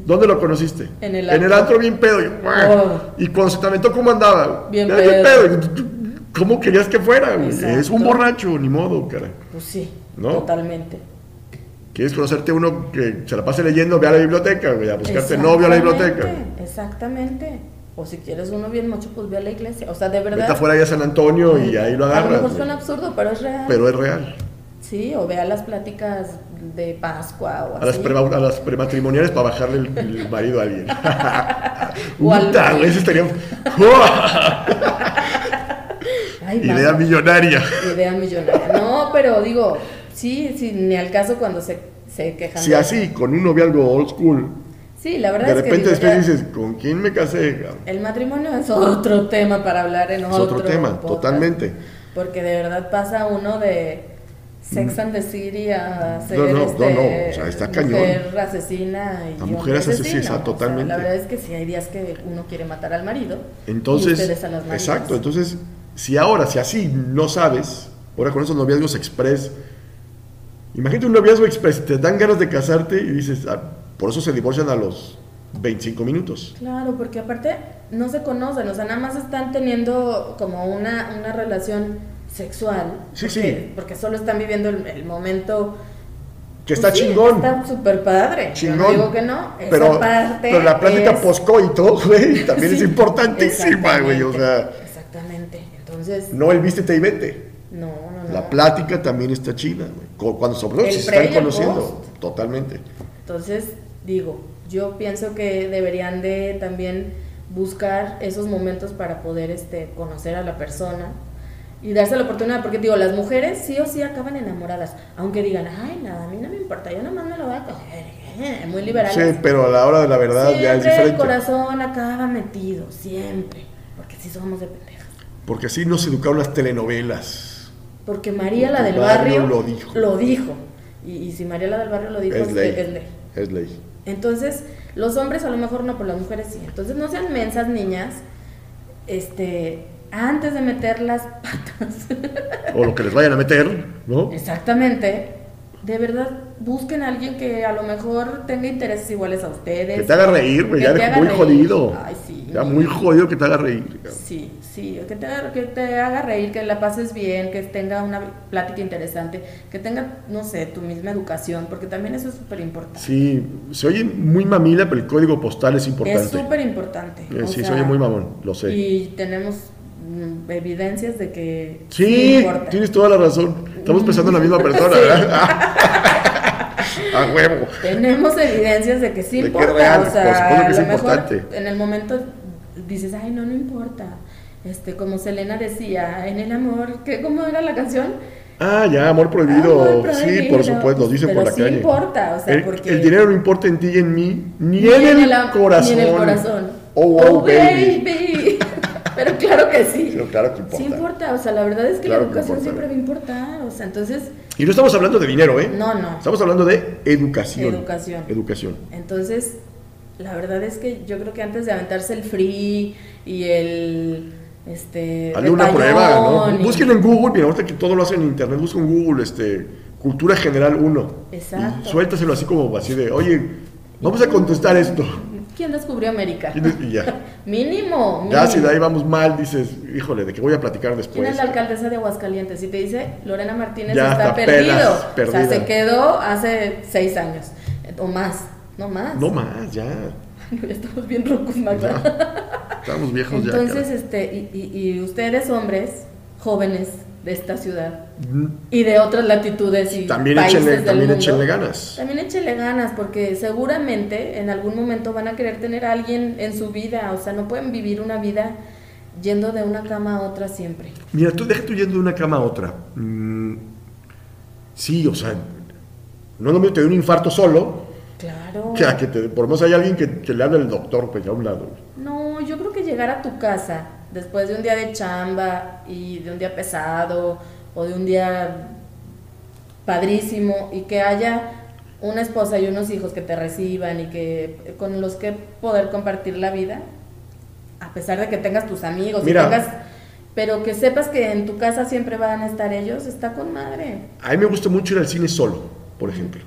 [SPEAKER 2] ¿Dónde lo conociste?
[SPEAKER 1] En el
[SPEAKER 2] En el
[SPEAKER 1] antro.
[SPEAKER 2] antro bien pedo. Yo,
[SPEAKER 1] Oh.
[SPEAKER 2] Y cuando se te aventó, ¿cómo andaba?
[SPEAKER 1] Bien
[SPEAKER 2] Ya,
[SPEAKER 1] pedo.
[SPEAKER 2] ¿Cómo querías que fuera? güey? Es un
[SPEAKER 1] Exacto.
[SPEAKER 2] borracho, ni modo, cara.
[SPEAKER 1] Pues sí,
[SPEAKER 2] ¿No?
[SPEAKER 1] totalmente.
[SPEAKER 2] ¿Quieres conocerte uno que se la pase leyendo? Ve a la biblioteca, güey, a buscarte novio a la biblioteca.
[SPEAKER 1] Exactamente, Exactamente. O si quieres uno bien mucho, pues ve a la iglesia. O sea, de
[SPEAKER 2] Vete
[SPEAKER 1] verdad.
[SPEAKER 2] afuera ahí a San Antonio y ahí lo
[SPEAKER 1] a lo
[SPEAKER 2] agarras.
[SPEAKER 1] mejor
[SPEAKER 2] güey.
[SPEAKER 1] suena absurdo, pero es real.
[SPEAKER 2] Pero es real.
[SPEAKER 1] Sí, o vea las pláticas de Pascua o
[SPEAKER 2] A las,
[SPEAKER 1] así.
[SPEAKER 2] prema- a las prematrimoniales para bajarle el, el marido a alguien.
[SPEAKER 1] O al-
[SPEAKER 2] Puta, güey, ese estaría.
[SPEAKER 1] Ay,
[SPEAKER 2] Idea
[SPEAKER 1] vamos,
[SPEAKER 2] millonaria.
[SPEAKER 1] idea millonaria. No, pero digo, sí, sí, ni al caso cuando se, se quejan.
[SPEAKER 2] Si
[SPEAKER 1] de-
[SPEAKER 2] así, con un novio algo old school,
[SPEAKER 1] Sí, la verdad
[SPEAKER 2] de
[SPEAKER 1] es que.
[SPEAKER 2] repente
[SPEAKER 1] digo,
[SPEAKER 2] después
[SPEAKER 1] ya-
[SPEAKER 2] dices, ¿con quién me casé? cabrón?
[SPEAKER 1] El matrimonio es otro tema para hablar en
[SPEAKER 2] Es
[SPEAKER 1] otro,
[SPEAKER 2] otro tema,
[SPEAKER 1] podcast,
[SPEAKER 2] totalmente.
[SPEAKER 1] Porque de verdad pasa uno de Sex and the City a ser
[SPEAKER 2] No, no, no,
[SPEAKER 1] este,
[SPEAKER 2] no, o sea, está cañón.
[SPEAKER 1] mujer asesina y
[SPEAKER 2] La
[SPEAKER 1] hombre
[SPEAKER 2] mujer asesina,
[SPEAKER 1] asesino,
[SPEAKER 2] esa,
[SPEAKER 1] o sea,
[SPEAKER 2] totalmente.
[SPEAKER 1] la verdad es que sí hay días que uno quiere matar al marido. y
[SPEAKER 2] Entonces,
[SPEAKER 1] ustedes a las maridas.
[SPEAKER 2] exacto, entonces, si ahora, si así no sabes, ahora con esos noviazgos express, imagínate un noviazgo express, te dan ganas de casarte y dices, "Ah, por eso se divorcian a los 25 minutos.
[SPEAKER 1] Claro, porque aparte no se conocen, o sea, nada más están teniendo como una, una relación sexual.
[SPEAKER 2] Sí,
[SPEAKER 1] porque,
[SPEAKER 2] sí.
[SPEAKER 1] Porque solo están viviendo el, el momento.
[SPEAKER 2] Que
[SPEAKER 1] Pues
[SPEAKER 2] está
[SPEAKER 1] sí,
[SPEAKER 2] chingón.
[SPEAKER 1] Está súper padre. Yo no
[SPEAKER 2] Chingón.
[SPEAKER 1] digo que no. Esa
[SPEAKER 2] pero,
[SPEAKER 1] parte
[SPEAKER 2] pero la plática
[SPEAKER 1] es-
[SPEAKER 2] poscoito, güey, también es
[SPEAKER 1] Sí,
[SPEAKER 2] importantísima, güey. O sea,
[SPEAKER 1] exactamente, Exactamente. Entonces,
[SPEAKER 2] no el vístete y vete.
[SPEAKER 1] no, no, no.
[SPEAKER 2] La plática también está chida, güey. Co- Cuando sobre todo
[SPEAKER 1] El
[SPEAKER 2] si se
[SPEAKER 1] pre y
[SPEAKER 2] están
[SPEAKER 1] el
[SPEAKER 2] conociendo.
[SPEAKER 1] post.
[SPEAKER 2] Totalmente.
[SPEAKER 1] Entonces, digo, yo pienso que deberían de también buscar esos momentos para poder este, conocer a la persona y darse la oportunidad, porque digo, las mujeres sí o sí acaban enamoradas, aunque digan, ay, nada, a mí no me importa, yo nomás me lo voy a coger, eh", muy liberales.
[SPEAKER 2] Sí, pero a la hora de la verdad ya es
[SPEAKER 1] siempre el
[SPEAKER 2] diferente.
[SPEAKER 1] corazón acaba metido, siempre, porque sí somos de pendejas.
[SPEAKER 2] Porque así nos educaron las telenovelas.
[SPEAKER 1] Porque María la
[SPEAKER 2] Tu
[SPEAKER 1] del
[SPEAKER 2] barrio
[SPEAKER 1] barrio
[SPEAKER 2] lo dijo.
[SPEAKER 1] lo dijo. Y, y si María la del barrio lo dijo,
[SPEAKER 2] es ley.
[SPEAKER 1] es ley.
[SPEAKER 2] Es ley.
[SPEAKER 1] Entonces, los hombres a lo mejor no, pero las mujeres sí. Entonces, no sean mensas niñas, este, antes de meter las patas,
[SPEAKER 2] O lo que les vayan a meter, ¿no?
[SPEAKER 1] exactamente, de verdad, busquen a alguien que a lo mejor tenga intereses iguales a ustedes.
[SPEAKER 2] Que te haga reír, güey.
[SPEAKER 1] Que
[SPEAKER 2] Ya
[SPEAKER 1] te haga
[SPEAKER 2] muy
[SPEAKER 1] reír.
[SPEAKER 2] jodido.
[SPEAKER 1] Ay, sí.
[SPEAKER 2] Ya muy jodido que te haga reír. cabrón.
[SPEAKER 1] Sí, sí, que te, haga, que te haga reír, que la pases bien, que tenga una plática interesante, que tenga, no sé, tu misma educación, porque también eso es súper importante.
[SPEAKER 2] Sí, se oye muy mamila, pero el código postal es importante.
[SPEAKER 1] Es súper importante.
[SPEAKER 2] Eh,
[SPEAKER 1] o
[SPEAKER 2] sí,
[SPEAKER 1] sea,
[SPEAKER 2] se oye muy mamón, lo sé.
[SPEAKER 1] Y tenemos mm, evidencias de que
[SPEAKER 2] Sí,
[SPEAKER 1] importa.
[SPEAKER 2] tienes toda la razón. Estamos pensando en la misma persona,
[SPEAKER 1] Sí.
[SPEAKER 2] ¿verdad? a huevo.
[SPEAKER 1] Tenemos evidencias de que sí
[SPEAKER 2] De que
[SPEAKER 1] importa.
[SPEAKER 2] es real,
[SPEAKER 1] o sea,
[SPEAKER 2] por supuesto que
[SPEAKER 1] a
[SPEAKER 2] es
[SPEAKER 1] lo mejor
[SPEAKER 2] importante.
[SPEAKER 1] en el momento dices, ay, no, no importa. Este, como Selena decía, en el amor, ¿qué, ¿cómo era la canción?
[SPEAKER 2] Ah, ya, amor prohibido.
[SPEAKER 1] Amor
[SPEAKER 2] Sí, por
[SPEAKER 1] prohibido.
[SPEAKER 2] supuesto, nos dicen
[SPEAKER 1] Pero
[SPEAKER 2] por la
[SPEAKER 1] sí
[SPEAKER 2] calle.
[SPEAKER 1] importa, o sea,
[SPEAKER 2] el,
[SPEAKER 1] porque-
[SPEAKER 2] el dinero no importa en ti y en mí, ni,
[SPEAKER 1] Ni
[SPEAKER 2] en, el
[SPEAKER 1] am-
[SPEAKER 2] corazón.
[SPEAKER 1] Ni en el corazón.
[SPEAKER 2] Oh, wow, baby.
[SPEAKER 1] baby. Pero claro que sí.
[SPEAKER 2] Pero claro que
[SPEAKER 1] Sí
[SPEAKER 2] importa.
[SPEAKER 1] importa, o sea, la verdad es que
[SPEAKER 2] Claro
[SPEAKER 1] la
[SPEAKER 2] que
[SPEAKER 1] educación
[SPEAKER 2] importa,
[SPEAKER 1] siempre va a
[SPEAKER 2] güey.
[SPEAKER 1] importar. O sea, entonces,
[SPEAKER 2] Y no estamos hablando de dinero, ¿eh?
[SPEAKER 1] no, no.
[SPEAKER 2] Estamos hablando de educación.
[SPEAKER 1] Educación.
[SPEAKER 2] Educación.
[SPEAKER 1] Entonces, la verdad es que yo creo que antes de aventarse el free y el este
[SPEAKER 2] Hazle una
[SPEAKER 1] repayón
[SPEAKER 2] prueba, ¿no?
[SPEAKER 1] y-
[SPEAKER 2] Busquen en Google, mira, ahorita que todo lo hacen en internet, busquen en Google, este, Cultura General 1.
[SPEAKER 1] Exacto.
[SPEAKER 2] Y suéltaselo así como así de, oye, vamos a contestar esto.
[SPEAKER 1] ¿Quién descubrió América?
[SPEAKER 2] Y de- y ya.
[SPEAKER 1] Mínimo, mínimo.
[SPEAKER 2] Ya si de ahí vamos mal, dices, híjole, ¿de qué voy a platicar después?
[SPEAKER 1] ¿Quién es la alcaldesa de Aguascalientes? Si te dice Lorena Martínez
[SPEAKER 2] Pues, Ya
[SPEAKER 1] está,
[SPEAKER 2] está, pelas,
[SPEAKER 1] perdido. O sea,
[SPEAKER 2] perdida.
[SPEAKER 1] se quedó hace seis años. O más. No más.
[SPEAKER 2] No más, ya.
[SPEAKER 1] Ya estamos bien rucos, Magda.
[SPEAKER 2] ya. Estamos viejos
[SPEAKER 1] Entonces,
[SPEAKER 2] ya.
[SPEAKER 1] este, y, y- y ustedes, hombres, jóvenes de esta ciudad
[SPEAKER 2] Entonces,
[SPEAKER 1] y de otras latitudes y
[SPEAKER 2] también
[SPEAKER 1] países
[SPEAKER 2] échenle,
[SPEAKER 1] del
[SPEAKER 2] también
[SPEAKER 1] mundo,
[SPEAKER 2] échenle ganas.
[SPEAKER 1] También échenle ganas, porque seguramente en algún momento van a querer tener a alguien en su vida. O sea, no pueden vivir una vida yendo de una cama a otra siempre.
[SPEAKER 2] Mira, tú deja tú yendo de una cama a otra. Mm, sí, o sea, no es lo mismo te dé un infarto solo,
[SPEAKER 1] Claro.
[SPEAKER 2] que a que te, por más hay alguien que, que le hable al doctor, pues ya a un lado.
[SPEAKER 1] No, yo creo que llegar a tu casa después de un día de chamba y de un día pesado o de un día padrísimo y que haya una esposa y unos hijos que te reciban y que eh, con los que poder compartir la vida, a pesar de que tengas tus amigos y
[SPEAKER 2] Mira.
[SPEAKER 1] tengas pero que sepas que en tu casa siempre van a estar ellos, está con madre.
[SPEAKER 2] A mí me gusta mucho ir al cine solo, por ejemplo.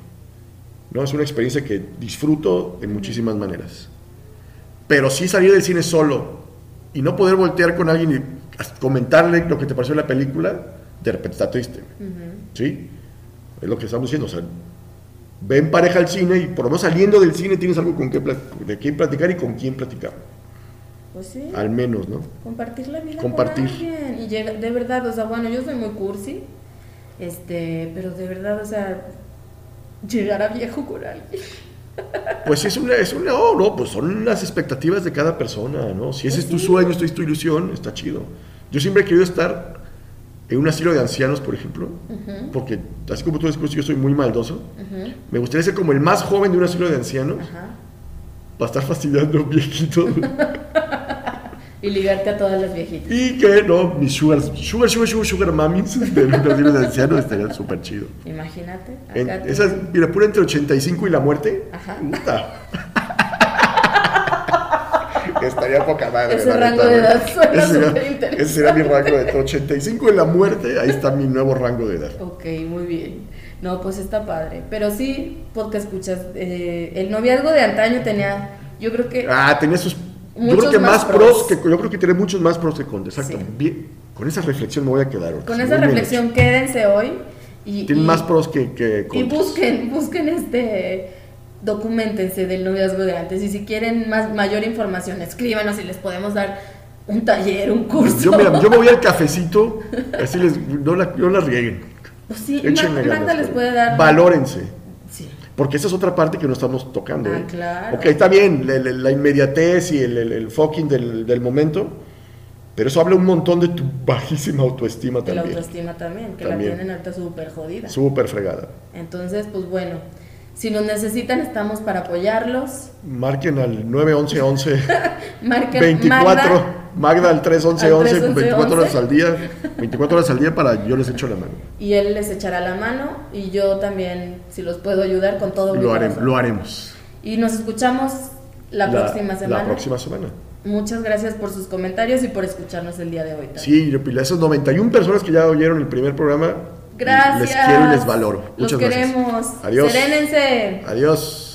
[SPEAKER 2] ¿No? Es una experiencia que disfruto en muchísimas maneras. Pero sí salir del cine solo y no poder voltear con alguien y as- comentarle lo que te pareció la película, de repente está triste. ¿Sí? Es lo que estamos diciendo. O sea, ve en pareja al cine y por lo menos saliendo del cine tienes algo con qué plat- de quién platicar y con quién platicar.
[SPEAKER 1] Pues sí,
[SPEAKER 2] Al menos, ¿no?
[SPEAKER 1] compartir la vida
[SPEAKER 2] Compartir.
[SPEAKER 1] con alguien. Y llega- de verdad, o sea, bueno, yo soy muy cursi, este, pero de verdad, o sea, llegar a viejo con alguien.
[SPEAKER 2] Pues es una, es una, oh, no, pues son las expectativas de cada persona, ¿no? Si ese
[SPEAKER 1] Pues
[SPEAKER 2] es tu
[SPEAKER 1] sí.
[SPEAKER 2] sueño, esta es tu ilusión, está chido. Yo siempre he querido estar en un asilo de ancianos, por ejemplo,
[SPEAKER 1] Ujú,
[SPEAKER 2] porque así como tú descubres que yo soy muy maldoso,
[SPEAKER 1] ujú,
[SPEAKER 2] me gustaría ser como el más joven de un asilo de ancianos
[SPEAKER 1] ajá.
[SPEAKER 2] para estar fastidiando a un viejito
[SPEAKER 1] Y ligarte a todas las viejitas.
[SPEAKER 2] y que, no, mis sugar, sugar, sugar, sugar, sugar mamis de un asilo de ancianos estarían súper chido.
[SPEAKER 1] Imagínate.
[SPEAKER 2] En-
[SPEAKER 1] acá tú.
[SPEAKER 2] esas, mira, pura entre 85 y la muerte,
[SPEAKER 1] Ajá.
[SPEAKER 2] puta. Estaría poca madre.
[SPEAKER 1] Ese
[SPEAKER 2] la neta,
[SPEAKER 1] rango de
[SPEAKER 2] güey.
[SPEAKER 1] edad suena
[SPEAKER 2] Ese era-
[SPEAKER 1] superinteresante.
[SPEAKER 2] Ese era mi rango de edad. 85 en la muerte, ahí está mi nuevo rango de edad.
[SPEAKER 1] Ok, muy bien. No, pues está padre. Pero sí, porque escuchas, eh, el noviazgo de antaño tenía, yo creo que...
[SPEAKER 2] Ah, tenía sus. yo
[SPEAKER 1] Muchos
[SPEAKER 2] creo que
[SPEAKER 1] más
[SPEAKER 2] más pros,
[SPEAKER 1] pros.
[SPEAKER 2] que, yo creo que tiene muchos más pros que contras. Exacto.
[SPEAKER 1] Sí.
[SPEAKER 2] Bien. Con esa reflexión me voy a quedar. Ortiz.
[SPEAKER 1] Con
[SPEAKER 2] Muy
[SPEAKER 1] esa
[SPEAKER 2] bien
[SPEAKER 1] reflexión,
[SPEAKER 2] hecho.
[SPEAKER 1] quédense hoy y,
[SPEAKER 2] Tiene
[SPEAKER 1] y-
[SPEAKER 2] más pros que, que
[SPEAKER 1] y
[SPEAKER 2] contras.
[SPEAKER 1] busquen, busquen este, documentense del noviazgo de antes y si quieren más mayor información, escríbanos y les podemos dar un taller, un curso.
[SPEAKER 2] Yo, mira, yo me voy al cafecito, así les. No la, no la rieguen.
[SPEAKER 1] Pues sí, Ma-
[SPEAKER 2] Échenle ganas,
[SPEAKER 1] Magda les
[SPEAKER 2] pero
[SPEAKER 1] puede dar...
[SPEAKER 2] Valórense.
[SPEAKER 1] Sí.
[SPEAKER 2] Porque esa es otra parte que no estamos tocando.
[SPEAKER 1] Ah,
[SPEAKER 2] ¿eh?
[SPEAKER 1] claro.
[SPEAKER 2] Ok, está bien, la, la- la inmediatez y el, el- el fucking del, del momento, pero eso habla un montón de tu bajísima autoestima
[SPEAKER 1] De la
[SPEAKER 2] también.
[SPEAKER 1] autoestima también, que
[SPEAKER 2] También.
[SPEAKER 1] la tienen ahorita súper jodida.
[SPEAKER 2] Súper fregada.
[SPEAKER 1] Entonces, pues bueno, si nos necesitan, estamos para apoyarlos.
[SPEAKER 2] Marquen al 911
[SPEAKER 1] Marquen
[SPEAKER 2] 24,
[SPEAKER 1] Magda.
[SPEAKER 2] Magda al 311
[SPEAKER 1] Al
[SPEAKER 2] 24 horas
[SPEAKER 1] 11.
[SPEAKER 2] al día, 24 horas al día para yo les echo la mano.
[SPEAKER 1] y él les echará la mano y yo también, si los puedo ayudar, con todo mi
[SPEAKER 2] Lo, harem-
[SPEAKER 1] corazón.
[SPEAKER 2] lo haremos.
[SPEAKER 1] Y nos escuchamos la, próxima semana.
[SPEAKER 2] La próxima semana.
[SPEAKER 1] Muchas gracias por sus comentarios y por escucharnos el día de hoy. también.
[SPEAKER 2] Sí, yo- esas 91 personas que ya oyeron el primer programa,
[SPEAKER 1] Gracias.
[SPEAKER 2] les quiero y les valoro.
[SPEAKER 1] Los
[SPEAKER 2] Muchas gracias.
[SPEAKER 1] queremos.
[SPEAKER 2] Adiós.
[SPEAKER 1] Serénense.
[SPEAKER 2] Adiós.